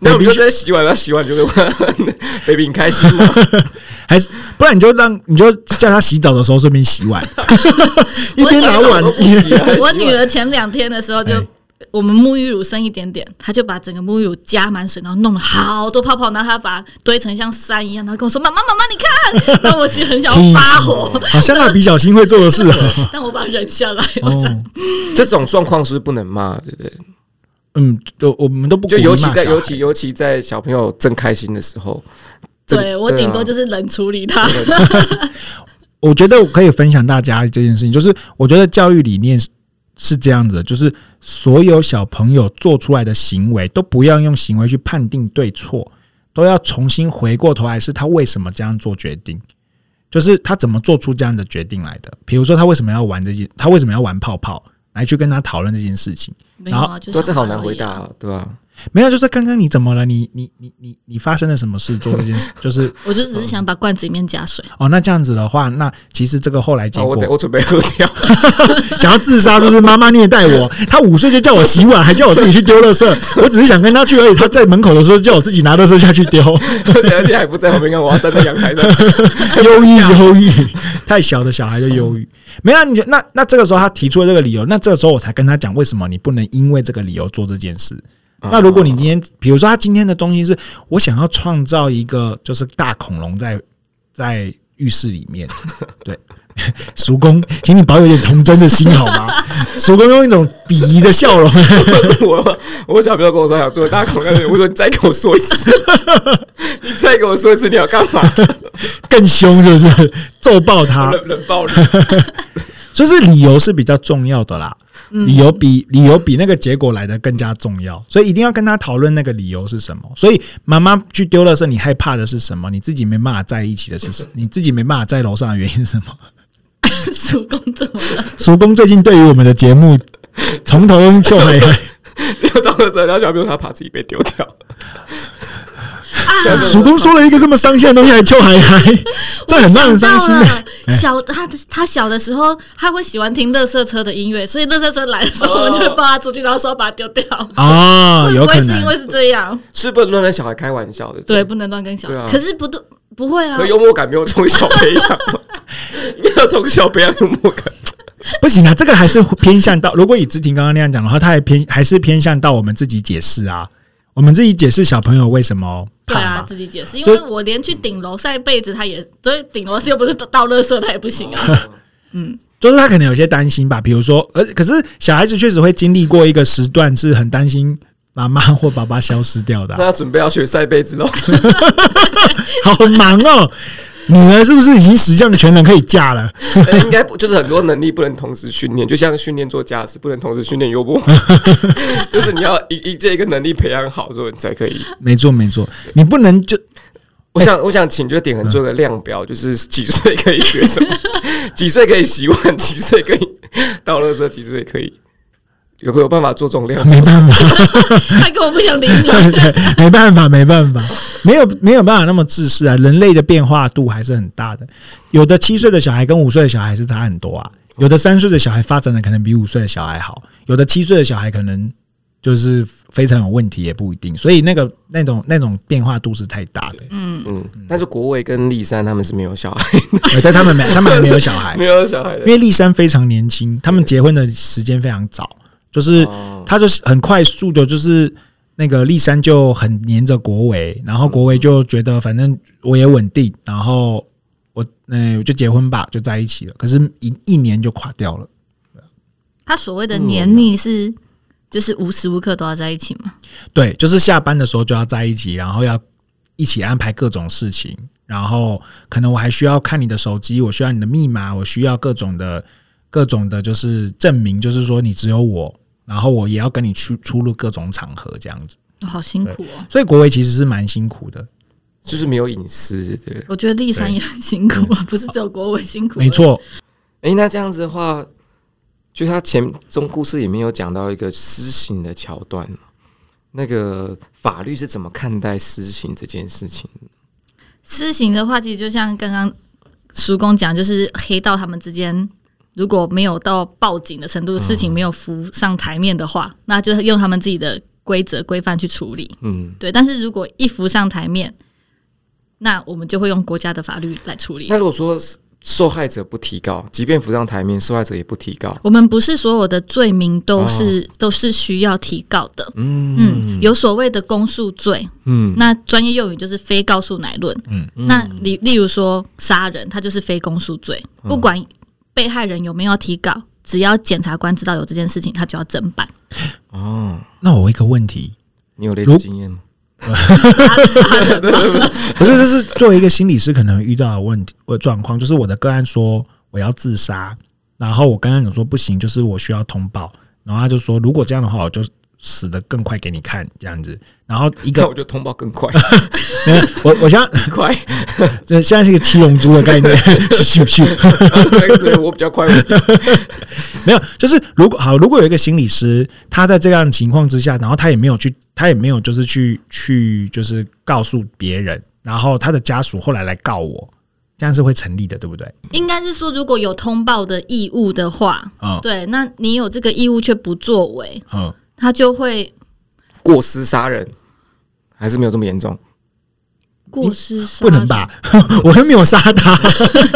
Speaker 3: 那我们就在洗碗，然后洗碗就 会问 baby 你开心吗？
Speaker 1: 还是不然你就让你就叫他洗澡的时候顺便洗 碗，一边拿碗
Speaker 3: 我都不
Speaker 1: 一
Speaker 3: 洗
Speaker 1: 边
Speaker 3: 啊还洗
Speaker 2: 我
Speaker 3: 碗
Speaker 2: 女儿前两天的时候就
Speaker 1: 哎。
Speaker 2: 我们沐浴乳剩一点点，她就把整个沐浴乳加满水，然后弄了好多泡泡，然后她把它堆成像山一样，然后跟我说：“妈妈，妈妈，你看。” 那我其实很想要发火，
Speaker 1: 好像蜡笔小新会做的 事啊。
Speaker 2: 但我把它忍下来。我
Speaker 1: 哦
Speaker 2: 想，
Speaker 3: 嗯这种状况是不能骂，对不对？
Speaker 1: 嗯，我我们都不鼓
Speaker 3: 就
Speaker 1: 励
Speaker 3: 尤其
Speaker 1: 骂
Speaker 3: 在
Speaker 1: 小
Speaker 3: 尤
Speaker 1: 孩
Speaker 3: 其尤其在小朋友正开心的时候，这
Speaker 2: 对我顶多就是冷处理她。
Speaker 3: 对啊
Speaker 1: 我觉得我可以分享大家这件事情，就是我觉得教育理念是是这样子的，就是所有小朋友做出来的行为都不要用行为去判定对错，都要重新回过头来是他为什么这样做决定，就是他怎么做出这样的决定来的。比如说他为什么要玩这件，他为什么要玩泡泡，来去跟他讨论这件事情。
Speaker 2: 没有啊，就
Speaker 3: 对啊，
Speaker 2: 是
Speaker 3: 这好难回 答。啊，对吧、
Speaker 1: 没有，就是刚刚你怎么了？你你你你你发生了什么事？做这件事 就是
Speaker 2: 我就只是想把罐子里面加 水。啊
Speaker 1: 哦，那这样子的话，那其实这个后来结
Speaker 3: 啊，
Speaker 1: 果
Speaker 3: 我得我准备喝掉，
Speaker 1: 想要自杀，是不是？妈妈虐待我，他五岁就叫我洗碗，还叫我自己去丢垃圾。我只是想跟他去而已。他在门口的时候叫我自己拿垃圾下去丢，
Speaker 3: 而且还不在旁边看，我要站在阳台上。
Speaker 1: 忧郁忧郁， 太小的小孩就忧郁。没有、啊，你就那那这个时候他提出了这个理由，那这个时候我才跟他讲为什么你不能因为这个理由做这件事。那如果你今天，比如说他今天的东西是我想要创造一个就是大恐龙在在浴室里面， 对，叔公，请你保有一点童真的心好吗？ 叔公用一种鄙夷的笑容，
Speaker 3: 我我小朋友跟我说想做大孔那边，我说你再给我说一次，你再给我说一次你要干嘛？
Speaker 1: 更凶是不是？揍爆他，
Speaker 3: 冷冷暴力，
Speaker 1: 就是理由是比较重要的啦。
Speaker 2: 嗯
Speaker 1: 理由比理由比那个结果来的更加重要，所以一定要跟他讨论那个理由是什么。所以妈妈去丢垃圾，你害怕的是什么？你自己没办法在一起的是什
Speaker 2: 嗯
Speaker 1: 么？你自己没办法在楼上的原因是什么？
Speaker 2: 叔公怎么了？
Speaker 1: 叔公最近对于我们的节目从头用秀海 海，
Speaker 3: 然后到了这，然后小朋友他怕自己被丢掉，
Speaker 1: 叔公说了一个这么伤心的东西，还秀海海，这很让人伤心
Speaker 2: 我
Speaker 1: 的。
Speaker 2: 想到了小他他小的时候，他会喜欢听垃圾车的音乐，所以垃圾车来的时候，
Speaker 3: 哦
Speaker 2: 我们就会抱他出去，然后说要把它丢掉。
Speaker 1: 哦，
Speaker 2: 会
Speaker 1: 有
Speaker 2: 不会
Speaker 1: 可
Speaker 2: 是因
Speaker 1: 能
Speaker 2: 为是这样？
Speaker 3: 是不能乱跟小孩开玩笑的。
Speaker 2: 对，，不能乱跟小
Speaker 3: 对啊
Speaker 2: 孩。可是不对，不会啊
Speaker 3: 可。幽默感没有从小培养嘛，应该要从小培养幽默感。
Speaker 1: 不行啊，这个还是偏向到，如果以知婷刚刚那样讲的话，他还偏还是偏向到我们自己解释啊，我们自己解释小朋友为什么
Speaker 2: 对
Speaker 1: 怕
Speaker 2: 啊
Speaker 1: 嘛，。
Speaker 2: 自己解释，因
Speaker 1: 就
Speaker 2: 为我连去顶楼晒被子，他也，所以顶楼是又不是倒垃圾，他也不行 啊。
Speaker 1: 就是他可能有些担心吧，比如说，呃，可是小孩子确实会经历过一个时段是很担心妈妈或爸爸消失掉的啊、
Speaker 3: 那他准备要学晒被子喽，
Speaker 1: 好忙哦。女儿是不是已经十项全能可以嫁了？
Speaker 3: 应该不就是很多能力不能同时训练，就像训练做驾驶不能同时训练幽默， 就是你要一一这一个能力培养好之后，你才可以。
Speaker 1: 没错没错，你不能就
Speaker 3: 我想，我想请就点
Speaker 1: 嗯
Speaker 3: 恒做个量表，就是几岁可以学什么，几岁可以洗碗，几岁可以倒垃圾，几岁可以。有有办法做这种量
Speaker 1: 没
Speaker 3: 表？
Speaker 1: 办法，
Speaker 2: 他根本不想理你。
Speaker 1: 没办法，没办法，没有没有办法那么自私啊！人类的变化度还是很大的，有的七岁的小孩跟五岁的小孩是差很多啊，有的三岁的小孩发展的可能比五岁的小孩好，有的七岁的小孩可能就是非常有问题也不一定，所以那个那种那种变化度是太大的，
Speaker 3: 嗯，但是国卫跟立山他们是没有小孩，
Speaker 1: 呃但他们没他们还没有小孩
Speaker 3: 没，有小孩的
Speaker 1: 因。为立山非常年轻，他们结婚的时间非常早，就是
Speaker 3: 哦
Speaker 1: 他就是很快速的，就是那个立山就很黏着国维，然后国维就觉得反正我也稳定，然后。我嗯、我就结婚吧，就在一起了。可是一一年就垮掉了。
Speaker 2: 他所谓的黏腻是，就是无时无刻都要在一起嘛。
Speaker 1: 对，就是下班的时候就要在一起，然后要一起安排各种事情，然后可能我还需要看你的手机，我需要你的密码，我需要各种的各种的，就是证明，就是说你只有我，然后我也要跟你去出入各种场合这样子。
Speaker 2: 好辛苦哦！
Speaker 1: 所以国维其实是蛮辛苦的，
Speaker 3: 就是没有隐私，对。
Speaker 2: 我觉得立山也很辛苦啊，不是只有国伟辛苦。
Speaker 1: 没，错，
Speaker 3: 哎、那这样子的话，就他前中故事里面有讲到一个私刑的桥段，那个法律是怎么看待私刑这件事情？
Speaker 2: 私刑的话，其实就像刚刚叔公讲，就是黑道他们之间如果没有到报警的程度，事情没有浮上台面的话，那就是用他们自己的规则规范去处理。
Speaker 3: 嗯，
Speaker 2: 对，但是如果一浮上台面，那我们就会用国家的法律来处理
Speaker 3: 那。如果说受害者不提告，即便浮上台面，受害者也不提告，
Speaker 2: 我们不是所有的罪名都是、都是需要提告的，
Speaker 3: 哦嗯
Speaker 2: 嗯，有所谓的公诉罪，
Speaker 3: 嗯，
Speaker 2: 那专业用语就是非告诉乃论。
Speaker 1: 嗯
Speaker 2: 那例例如说杀人，它就是非公诉罪，
Speaker 1: 嗯
Speaker 2: 不管被害人有没有提告，只要检察官知道有这件事情，他就要侦办。
Speaker 3: 哦，
Speaker 1: 那我有一个问题，
Speaker 3: 你有类似经验吗？
Speaker 2: 杀杀人吧，
Speaker 1: 不是，这是作为一个心理师可能遇到的问题或状况，就是我的个案说我要自杀，然后我刚刚有说不行，就是我需要通报，然后他就说如果这样的话，我就死得更快给你看这样子。然后一
Speaker 3: 那
Speaker 1: 个
Speaker 3: 我就通报更快，
Speaker 1: 我我现在
Speaker 3: 快，
Speaker 1: 这现在是一个七龙珠的概念，咻咻咻，
Speaker 3: 那个只有我比较快，我比较
Speaker 1: 没有，就是如果好，如果有一个心理师他在这样的情况之下，然后他也没有去，他也没有就是去去就是告诉别人，然后他的家属后来来告我，这样是会成立的，对不对？
Speaker 2: 应该是说如果有通报的义务的话，
Speaker 1: 嗯
Speaker 2: 对，那你有这个义务却不作为，
Speaker 1: 嗯。
Speaker 2: 他就会
Speaker 3: 过失杀人，还是没有这么严重。
Speaker 2: 过失杀
Speaker 1: 不
Speaker 2: 人
Speaker 1: 能吧？ 我又没有杀他，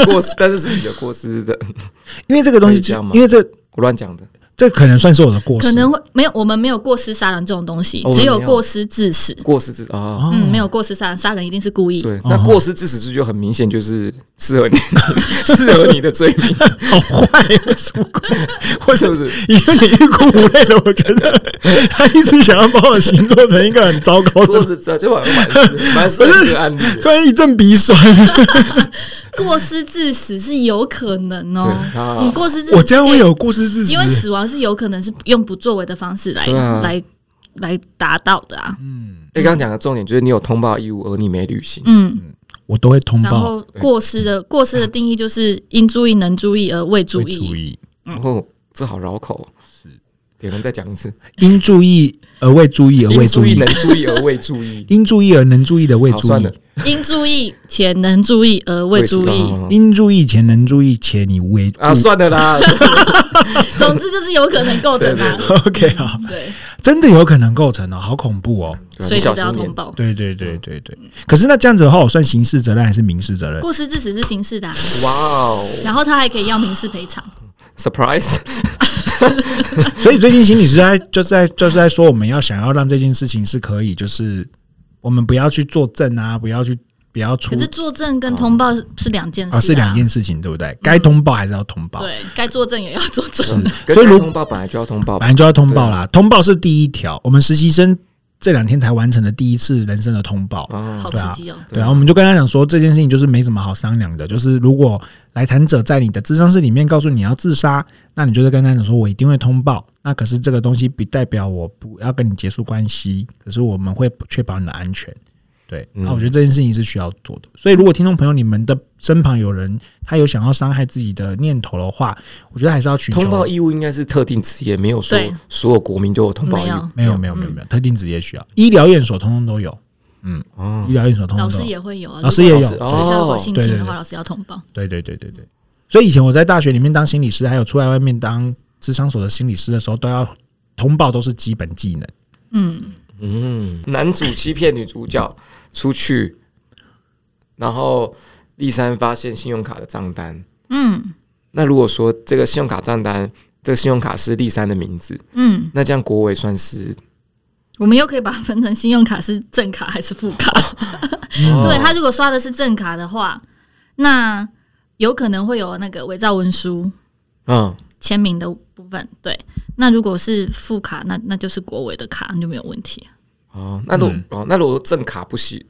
Speaker 3: 过失，但是是你的过失的，
Speaker 1: 因为这个东西
Speaker 3: 可以这样吗，
Speaker 1: 因为这
Speaker 3: 我乱讲的。
Speaker 1: 这可能算是我的过失。
Speaker 2: 可能会没有，我们没有过失杀人这种东西
Speaker 3: 哦，我们
Speaker 2: 只有
Speaker 3: 没有
Speaker 2: 过失致死。
Speaker 3: 过失致啊，
Speaker 1: 哦
Speaker 2: 嗯，没有过失杀人，杀人一定是故意。
Speaker 3: 对，那过失致死罪就很明显，就是 适合你适合你的罪名，
Speaker 1: 好坏哦，叔公，
Speaker 3: 或是 不是？
Speaker 1: 已经有点欲哭无泪了。我觉 得他一直想要把我形容成一个很糟糕
Speaker 3: 过
Speaker 1: 的，
Speaker 3: 失致死就蛮蛮蛮适合这个案例
Speaker 1: 突
Speaker 3: 的。
Speaker 1: 然一阵鼻酸。
Speaker 2: 过失致死是有可能哦
Speaker 3: 对啊。
Speaker 2: 你过失致死，
Speaker 1: 我这样会有故事致
Speaker 2: 因为
Speaker 1: 死，
Speaker 2: 死亡是有可能是用不作为的方式来、
Speaker 3: 对啊
Speaker 2: 来来达到的啊。
Speaker 1: 嗯
Speaker 3: 哎你刚刚讲的重点就是你有通报义务，而你没履行。
Speaker 2: 嗯，
Speaker 1: 我都会通
Speaker 2: 然
Speaker 1: 报。
Speaker 2: 后过失的过失的定义就是应注意、能注意而未注
Speaker 1: 会
Speaker 2: 意。
Speaker 1: 意，
Speaker 3: 然后这好绕口，是。给人再讲一次，
Speaker 1: 应注意而未注意而
Speaker 3: 应
Speaker 1: 未
Speaker 3: 注
Speaker 1: 注
Speaker 3: 意
Speaker 1: 意。
Speaker 3: 能，注意而未注意
Speaker 1: 应注意而能注意 的未
Speaker 3: 好
Speaker 1: 注
Speaker 3: 算
Speaker 1: 意
Speaker 3: 了，
Speaker 2: 应注意且能注意而未注意，
Speaker 3: 哦
Speaker 1: 应注意前能注意且你未
Speaker 2: 嗯
Speaker 3: 啊，算 了啦，
Speaker 2: 总之就是有可能构成啊。
Speaker 1: OK 啊，
Speaker 2: 对，
Speaker 1: 真的有可能构成哦，好恐怖哦。
Speaker 2: 随时
Speaker 3: 小
Speaker 2: 都要
Speaker 3: 心
Speaker 2: 通
Speaker 3: 点。
Speaker 2: 报。
Speaker 1: 对对
Speaker 2: 嗯
Speaker 1: 对对对。可是那这样子的话，我算刑事责任还是民事责任？
Speaker 2: 过失致死是刑事的啊、
Speaker 3: 哇哦
Speaker 2: 然后他还可以要民事赔偿。
Speaker 3: ，surprise！
Speaker 1: 所以最近心理师在就是在就是在说，我们要想要让这件事情是可以，就是我们不要去作证啊，不要去不要出
Speaker 2: 可是作证跟通报是两件事、
Speaker 1: 啊，是两件事情，对不对？该通报还是要通报，
Speaker 2: 对，该作证也要作 证。
Speaker 3: 嗯跟
Speaker 1: 所以如
Speaker 3: 该通报本来就要通报吧
Speaker 1: 反，正就要通报啦。通报是第一条，我们实习生这两天才完成了第一次人生的通报。
Speaker 3: 啊，
Speaker 2: 好
Speaker 1: 对
Speaker 2: 刺
Speaker 1: 啊
Speaker 2: 激哦！
Speaker 1: 对啊，我们就跟他讲说这件事情就是没什么好商量的，就是如果来谈者在你的咨商室里面告诉你要自杀，那你就是跟他讲说我一定会通报，那可是这个东西不代表我不要跟你结束关系，可是我们会确保你的安全。对，
Speaker 3: 嗯
Speaker 1: 那我觉得这件事情是需要做的。所以，如果听众朋友你们的身旁有人他有想要伤害自己的念头的话，我觉得还是要寻求
Speaker 3: 通报义务应该是特定职业，没有说
Speaker 2: 对
Speaker 3: 所有国民都有通报
Speaker 2: 没
Speaker 3: 义务
Speaker 2: 有。，
Speaker 1: 没有没有
Speaker 3: 嗯
Speaker 1: 没有没有特定职业需要，医疗院所通通都有，嗯，
Speaker 3: 哦
Speaker 1: 医疗院所通
Speaker 2: 老
Speaker 1: 通
Speaker 2: 师
Speaker 1: 都有，
Speaker 2: 也会有啊，
Speaker 1: 老师也有
Speaker 2: 如果学校如果
Speaker 3: 哦
Speaker 2: 性
Speaker 1: 对
Speaker 2: 侵
Speaker 1: 对
Speaker 2: 的话，
Speaker 1: 对
Speaker 2: 老师要通报。
Speaker 1: 对对对对对。所以以前我在大学里面当心理师，还有出来外面当智商所的心理师的时候，都要通报，都是基本技能。
Speaker 2: 嗯，
Speaker 3: 嗯，男主欺骗女主角出去，然后立三发现信用卡的账单。
Speaker 2: 嗯
Speaker 3: 那如果说这个信用卡账单，这个信用卡是立三的名字，
Speaker 2: 嗯，
Speaker 3: 那这样国伟算是
Speaker 2: 我们又可以把它分成信用卡是正卡还是副卡。
Speaker 3: 哦
Speaker 2: 对他如果刷的是正卡的话，那有可能会有那个伪造文书
Speaker 3: 嗯，
Speaker 2: 签名的部分。对，那如果是副卡，那那就是国委的卡，那就没有问题。
Speaker 3: 哦，那如果哦，那如果正卡不洗，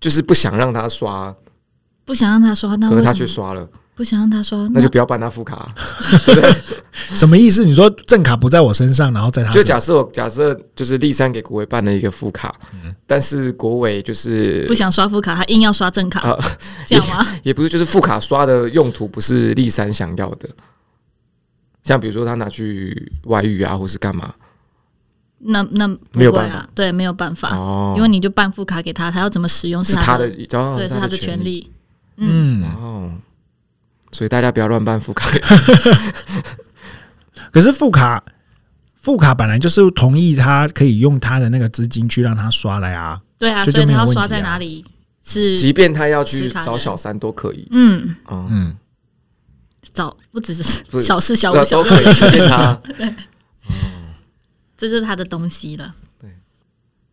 Speaker 3: 就是不想让他刷，
Speaker 2: 不想让他刷，那
Speaker 3: 可是他
Speaker 2: 为什
Speaker 3: 去
Speaker 2: 么
Speaker 3: 刷了，
Speaker 2: 不想让他刷？
Speaker 3: 那就不要办他副卡。
Speaker 1: 什么意思？你说正卡不在我身上，然后在他
Speaker 3: 就
Speaker 1: 身上
Speaker 3: 假设我假设就是立山给国伟办了一个副卡，但是国伟就是
Speaker 2: 不想刷副卡，他硬要刷正卡，
Speaker 3: 啊
Speaker 2: 这样吗？
Speaker 3: 也不是就是副卡刷的用途不是立山想要的，像比如说他拿去外遇啊，或是干嘛
Speaker 2: 那那不
Speaker 3: 没有
Speaker 2: 会
Speaker 3: 办
Speaker 2: 啊，对，没有办法，
Speaker 3: 哦
Speaker 2: 因为你就办副卡给他，他要怎么使用
Speaker 3: 是
Speaker 2: 他
Speaker 3: 他的，哦
Speaker 2: 对，是
Speaker 3: 他
Speaker 2: 的
Speaker 3: 权
Speaker 2: 权。利。
Speaker 1: 嗯，
Speaker 3: 哦，所以大家不要乱办副卡。
Speaker 1: 可是副卡副卡本来就是同意他可以用他的那个资金去让他刷来啊，
Speaker 2: 对啊，
Speaker 1: 这就
Speaker 2: 所以
Speaker 1: 没
Speaker 2: 他
Speaker 1: 有
Speaker 2: 要
Speaker 1: 问
Speaker 2: 刷
Speaker 1: 题
Speaker 2: 在
Speaker 1: 啊
Speaker 2: 哪里是
Speaker 3: 即便他要去
Speaker 2: 是他的
Speaker 3: 找小三都可以，
Speaker 2: 嗯，
Speaker 3: 嗯，
Speaker 1: 嗯，
Speaker 2: 找不只是
Speaker 3: 不是
Speaker 2: 小事小
Speaker 3: 对
Speaker 2: 五
Speaker 3: 啊
Speaker 2: 小
Speaker 3: 都
Speaker 2: 六，
Speaker 3: 可以，随便他。
Speaker 2: 这就是他的东西了。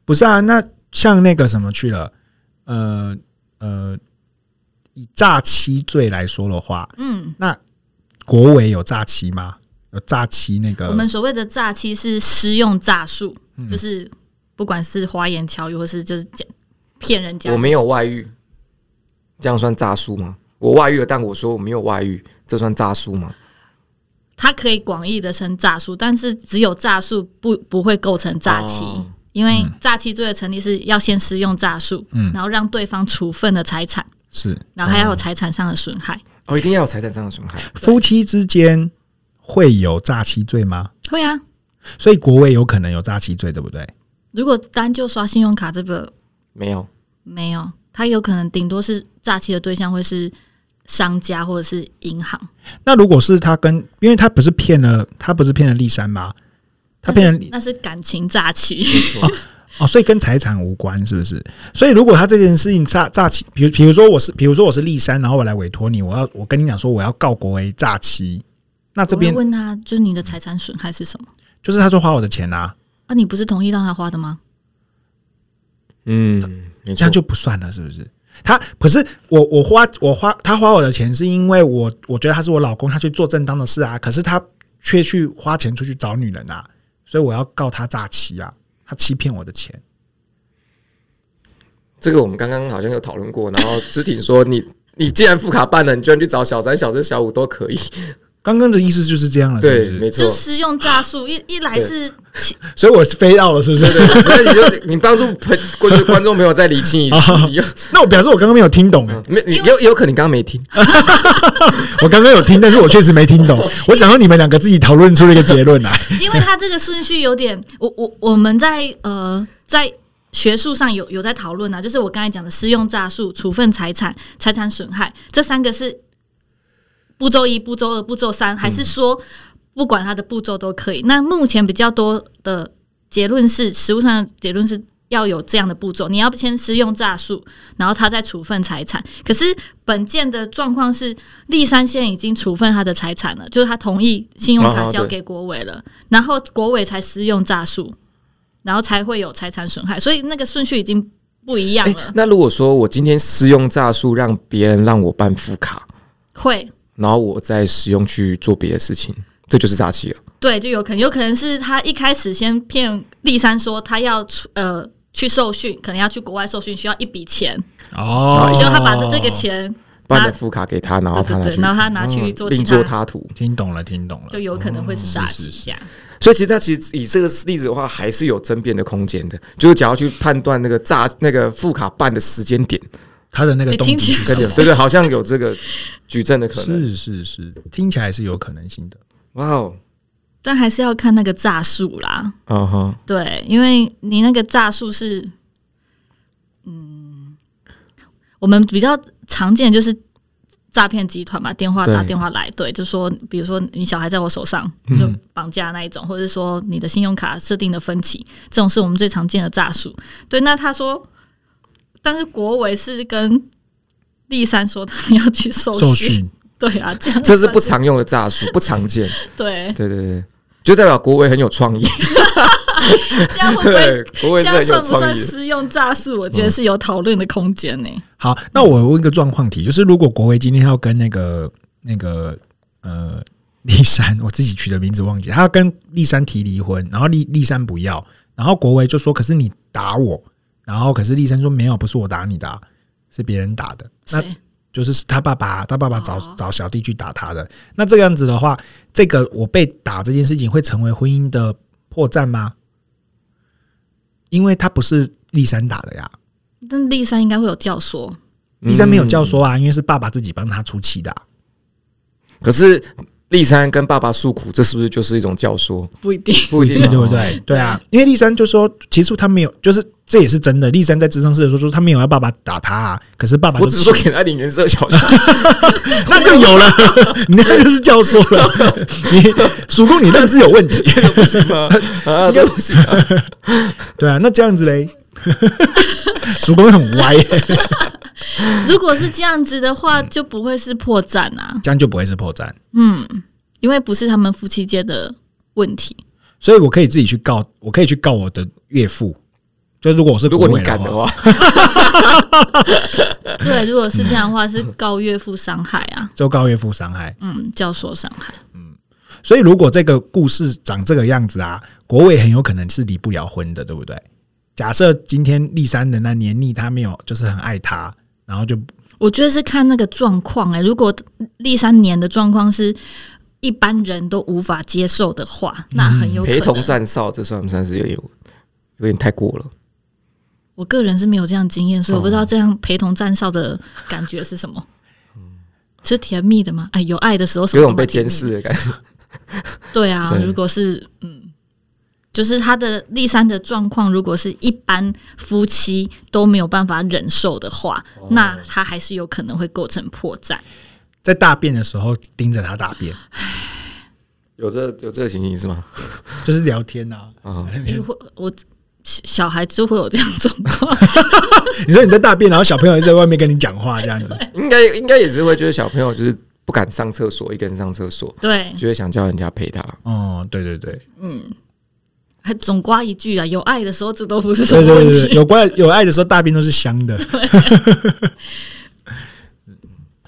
Speaker 1: 不是啊，那像那个什么去了，呃呃，以诈欺罪来说的话，
Speaker 2: 嗯，
Speaker 1: 国伟有诈欺吗？有诈欺那个
Speaker 2: 我们所谓的诈欺是施用诈术，
Speaker 3: 嗯
Speaker 2: 就是不管是花言巧语，或是就是讲骗人家。
Speaker 3: 我没有，外遇，这样算诈术吗？我外遇了，但我说我没有外遇，这算诈术吗？
Speaker 2: 它可以广义的称诈术，但是只有诈术不不会构成诈欺。
Speaker 3: 哦
Speaker 2: 因为诈欺罪的成立是要先施用诈术，
Speaker 1: 嗯
Speaker 2: 然后让对方处分了财产，
Speaker 1: 是
Speaker 2: 然后还要有财产上的损害。
Speaker 3: 哦，一定要有财产上的损害。
Speaker 1: 夫妻之间会有诈欺罪吗？
Speaker 2: 会啊，
Speaker 1: 所以国伟有可能有诈欺罪，对不对？
Speaker 2: 如果单就刷信用卡这个
Speaker 3: 没有，
Speaker 2: 没有，他有可能顶多是诈欺的对象会是商家或者是银行，
Speaker 1: 那如果是他跟，因为他不是骗了，他不是骗了丽珊吗？他骗了
Speaker 2: 那是
Speaker 1: 丽
Speaker 2: 那是感情诈欺，
Speaker 1: 哦，所以跟财产无关，是不是？所以如果他这件事情诈诈欺，比如比如说我是，比如说我是丽珊，然后我来委托你，我要我跟你讲说我要告国为诈欺，那这边
Speaker 2: 我会问他，就是你的财产损害是什么？
Speaker 1: 就是他说花我的钱啊，
Speaker 2: 啊，你不是同意让他花的吗？
Speaker 3: 嗯，没
Speaker 1: 这
Speaker 3: 错
Speaker 1: 样，就不算了，是不是？他可是我，我花我花他花我的钱，是因为我我觉得他是我老公，他去做正当的事啊。可是他却去花钱出去找女人啊，所以我要告他诈欺啊，他欺骗我的钱。
Speaker 3: 这个我们刚刚好像有讨论过。然后知挺说你。你既然副卡办了，你居然去找小三、小四、小五都可以，刚
Speaker 1: 刚刚的意思就是这样了，
Speaker 3: 对
Speaker 1: 啊是，不是？
Speaker 3: 没错
Speaker 2: 就。施用诈术，一一来是
Speaker 1: 所以我是飞到了，是不 是？
Speaker 3: 那你就你帮助朋观观众朋友再理清一次，
Speaker 1: 啊
Speaker 3: 你又
Speaker 1: 那我表示我刚刚没有听懂、欸，
Speaker 3: 没你有有可能你刚刚没听，
Speaker 1: 我刚刚有听，但是我确实没听懂。我想要你们两个自己讨论出一个结 论来。啊
Speaker 2: 因为他这个顺序有点，我我我们在呃在学术上有有在讨论啊，就是我刚才讲的施用诈术、处分财产、财产损害这三个是步骤一、步骤二、步骤三，还是说不管它的步骤都可以？那目前比较多的结论是，实务上的结论是。要有这样的步骤，你要先施用诈术，然后他再处分财产。可是本件的状况是，立山县已经处分他的财产了，就是他同意信用
Speaker 3: 哦
Speaker 2: 卡
Speaker 3: 哦
Speaker 2: 交
Speaker 3: 对
Speaker 2: 给国委了，然后国委才施用诈术，然后才会有财产损害，所以那个顺序已经不一样
Speaker 3: 哎、
Speaker 2: 了。
Speaker 3: 那如果说我今天施用诈术让别人让我办副卡，
Speaker 2: 会
Speaker 3: 然后我再使用去做别的事情，这就是诈欺了。
Speaker 2: 对，就有可能，有可能是他一开始先骗立山说他要出呃去受训，可能要去国外受训，需要一笔钱，
Speaker 1: 哦
Speaker 2: 结果他把的这个钱
Speaker 3: 办
Speaker 2: 拿
Speaker 3: 了副卡给他，然后哦他拿
Speaker 2: 对对
Speaker 3: 去，
Speaker 2: 对然后他拿去做其他
Speaker 3: 另作他图。
Speaker 1: 听懂了，听懂了
Speaker 2: 就。有可能会是诈
Speaker 1: 是
Speaker 2: 欺
Speaker 1: 是是
Speaker 2: 这样。
Speaker 3: 所以其实他其实以这个例子的话，还是有争辩的空间的。就是只要去判断那个诈那个副卡办的时间点，
Speaker 1: 他的那个
Speaker 2: 哎
Speaker 1: 动
Speaker 2: 听
Speaker 1: 机
Speaker 2: 起来
Speaker 1: 是
Speaker 3: 跟
Speaker 1: 什
Speaker 3: 你
Speaker 1: 么
Speaker 3: 对对，好像有这个举证的可能。
Speaker 1: 是是是，听起来是有可能性的。
Speaker 3: 哇哦，
Speaker 2: 但还是要看那个诈术啦，
Speaker 3: 嗯哼，
Speaker 2: 对，因为你那个诈术是，嗯，我们比较常见就是诈骗集团嘛，电话打
Speaker 3: 对嗯
Speaker 2: 电话来，对，就说比如说你小孩在我手上就绑架那一种，或者说你的信用卡设定的分歧，这种是我们最常见的诈术。对，那他说，但是国维是跟立山说他要去受
Speaker 1: 受
Speaker 2: 训，
Speaker 1: 训
Speaker 2: 对啊，这样
Speaker 3: 这是不
Speaker 2: 算
Speaker 3: 常用的诈术，不常见。
Speaker 2: 对。
Speaker 3: 对对对，就代表国威很有创意。
Speaker 2: 这样会不会？
Speaker 3: 对，不会
Speaker 2: 这
Speaker 3: 是
Speaker 2: 样
Speaker 3: 很
Speaker 2: 算
Speaker 3: 有
Speaker 2: 不算
Speaker 3: 创意。嗯
Speaker 2: 私用诈术？我觉得是有讨论的空间呢、
Speaker 1: 好，那我问一个状况题，就是如果国维今天要跟那个那个呃 丽珊，我自己取的名字忘记，他要跟丽珊提离婚，然后丽丽珊不要，然后国维就说：“可是你打我。”然后可是丽珊说：“没有，不是我打你的啊、是别人打的。”那
Speaker 2: 谁
Speaker 1: 就是他爸爸，他爸爸找
Speaker 2: 哦
Speaker 1: 找小弟去打他的。那这个样子的话，这个我被打这件事情会成为婚姻的破绽吗？因为他不是丽珊打的呀，
Speaker 2: 但丽珊应该会有教唆，
Speaker 1: 丽珊没有教
Speaker 3: 嗯
Speaker 1: 唆啊，因为是爸爸自己帮他出气的啊、
Speaker 3: 可是丽珊跟爸爸诉苦，这是不是就是一种教唆？
Speaker 2: 不一定。
Speaker 3: 不一定
Speaker 1: 对
Speaker 3: 嘛，
Speaker 1: 对不对？对啊，因为丽珊就说，其实他没有，就是这也是真的。丽珊在智商室的时候说，他没有要爸爸打他、啊，可是爸爸
Speaker 3: 我
Speaker 1: 就
Speaker 3: 只说给他领颜色小小，
Speaker 1: 那就 有了，你那就是教唆了。你叔公，你认知有问题。
Speaker 3: 不 行吗？啊，这不行啊！
Speaker 1: 对啊，那这样子嘞， 叔公很歪耶、
Speaker 2: 如果是这样子的话，就不会是破绽啊。
Speaker 1: 这样就不会是破绽。
Speaker 2: 嗯，因为不是他们夫妻间的问题。
Speaker 1: 所以我可以自己去告，我可以去告我的岳父。就如果我是
Speaker 3: 如
Speaker 1: 国
Speaker 3: 果你
Speaker 1: 伟
Speaker 3: 敢的
Speaker 1: 话，
Speaker 3: 话，
Speaker 2: 对，如果是这样的话，是告岳父伤害啊，
Speaker 1: 就告岳父伤害。
Speaker 2: 嗯，教唆伤害。
Speaker 1: 所以如果这个故事长这个样子啊，国伟很有可能是离不了婚的，对不对？假设今天丽珊的那年腻他没有，就是很爱他，然后就
Speaker 2: 我觉得是看那个状况哎，如果第三年的状况是一般人都无法接受的话，那很有可
Speaker 3: 嗯陪
Speaker 2: 能。
Speaker 3: 同站哨，这算不算是有点有点太过了？
Speaker 2: 我个人是没有这样经验，
Speaker 3: 嗯
Speaker 2: 所以我不知道这样陪同站哨的感觉是什么。是甜蜜的吗？哎，有爱的时候什
Speaker 3: 嗯有
Speaker 2: 么
Speaker 3: 种
Speaker 2: 都蛮
Speaker 3: 被
Speaker 2: 甜
Speaker 3: 监
Speaker 2: 蜜的
Speaker 3: 视的感觉。
Speaker 2: 对啊，
Speaker 3: 对
Speaker 2: 如果是嗯，就是他的立三的状况，如果是一般夫妻都没有办法忍受的话，
Speaker 1: 哦
Speaker 2: 那他还是有可能会构成破绽。
Speaker 1: 在大便的时候盯着他大便，
Speaker 3: 有这有这个情形是吗？
Speaker 1: 就是聊天啊。
Speaker 3: 啊，
Speaker 2: 因为我小小孩就会有这样状 况，
Speaker 1: 你说你在大便，然后小朋友一直在外面跟你讲话这样子，
Speaker 3: 应该应该也是会，就是小朋友就是不敢上厕所，一个人上厕所，
Speaker 2: 对，
Speaker 3: 就会想叫人家陪他。
Speaker 1: 哦、对对对，
Speaker 2: 还总刮一句啊，有爱的时候这都不是什
Speaker 1: 对
Speaker 2: 么
Speaker 1: 对
Speaker 2: 问
Speaker 1: 对对，
Speaker 2: 题。
Speaker 1: 有关有爱的时候，大便都是香 的。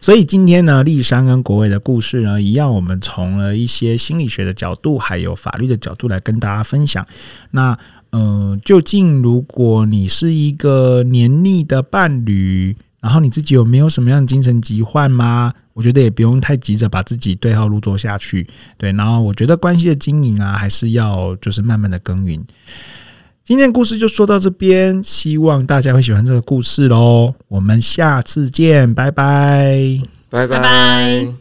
Speaker 1: 所以今天呢，丽珊跟国伟的故事呢，一样，我们从了一些心理学的角度，还有法律的角度来跟大家分享。那嗯、呃究竟如果你是一个黏腻的伴侣，然后你自己有没有什么样的精神疾患吗？我觉得也不用太急着把自己对号入座下去。对，然后我觉得关系的经营啊，还是要就是慢慢的耕耘。今天的故事就说到这边，希望大家会喜欢这个故事喽。我们下次见，拜拜。
Speaker 3: 拜
Speaker 2: 拜拜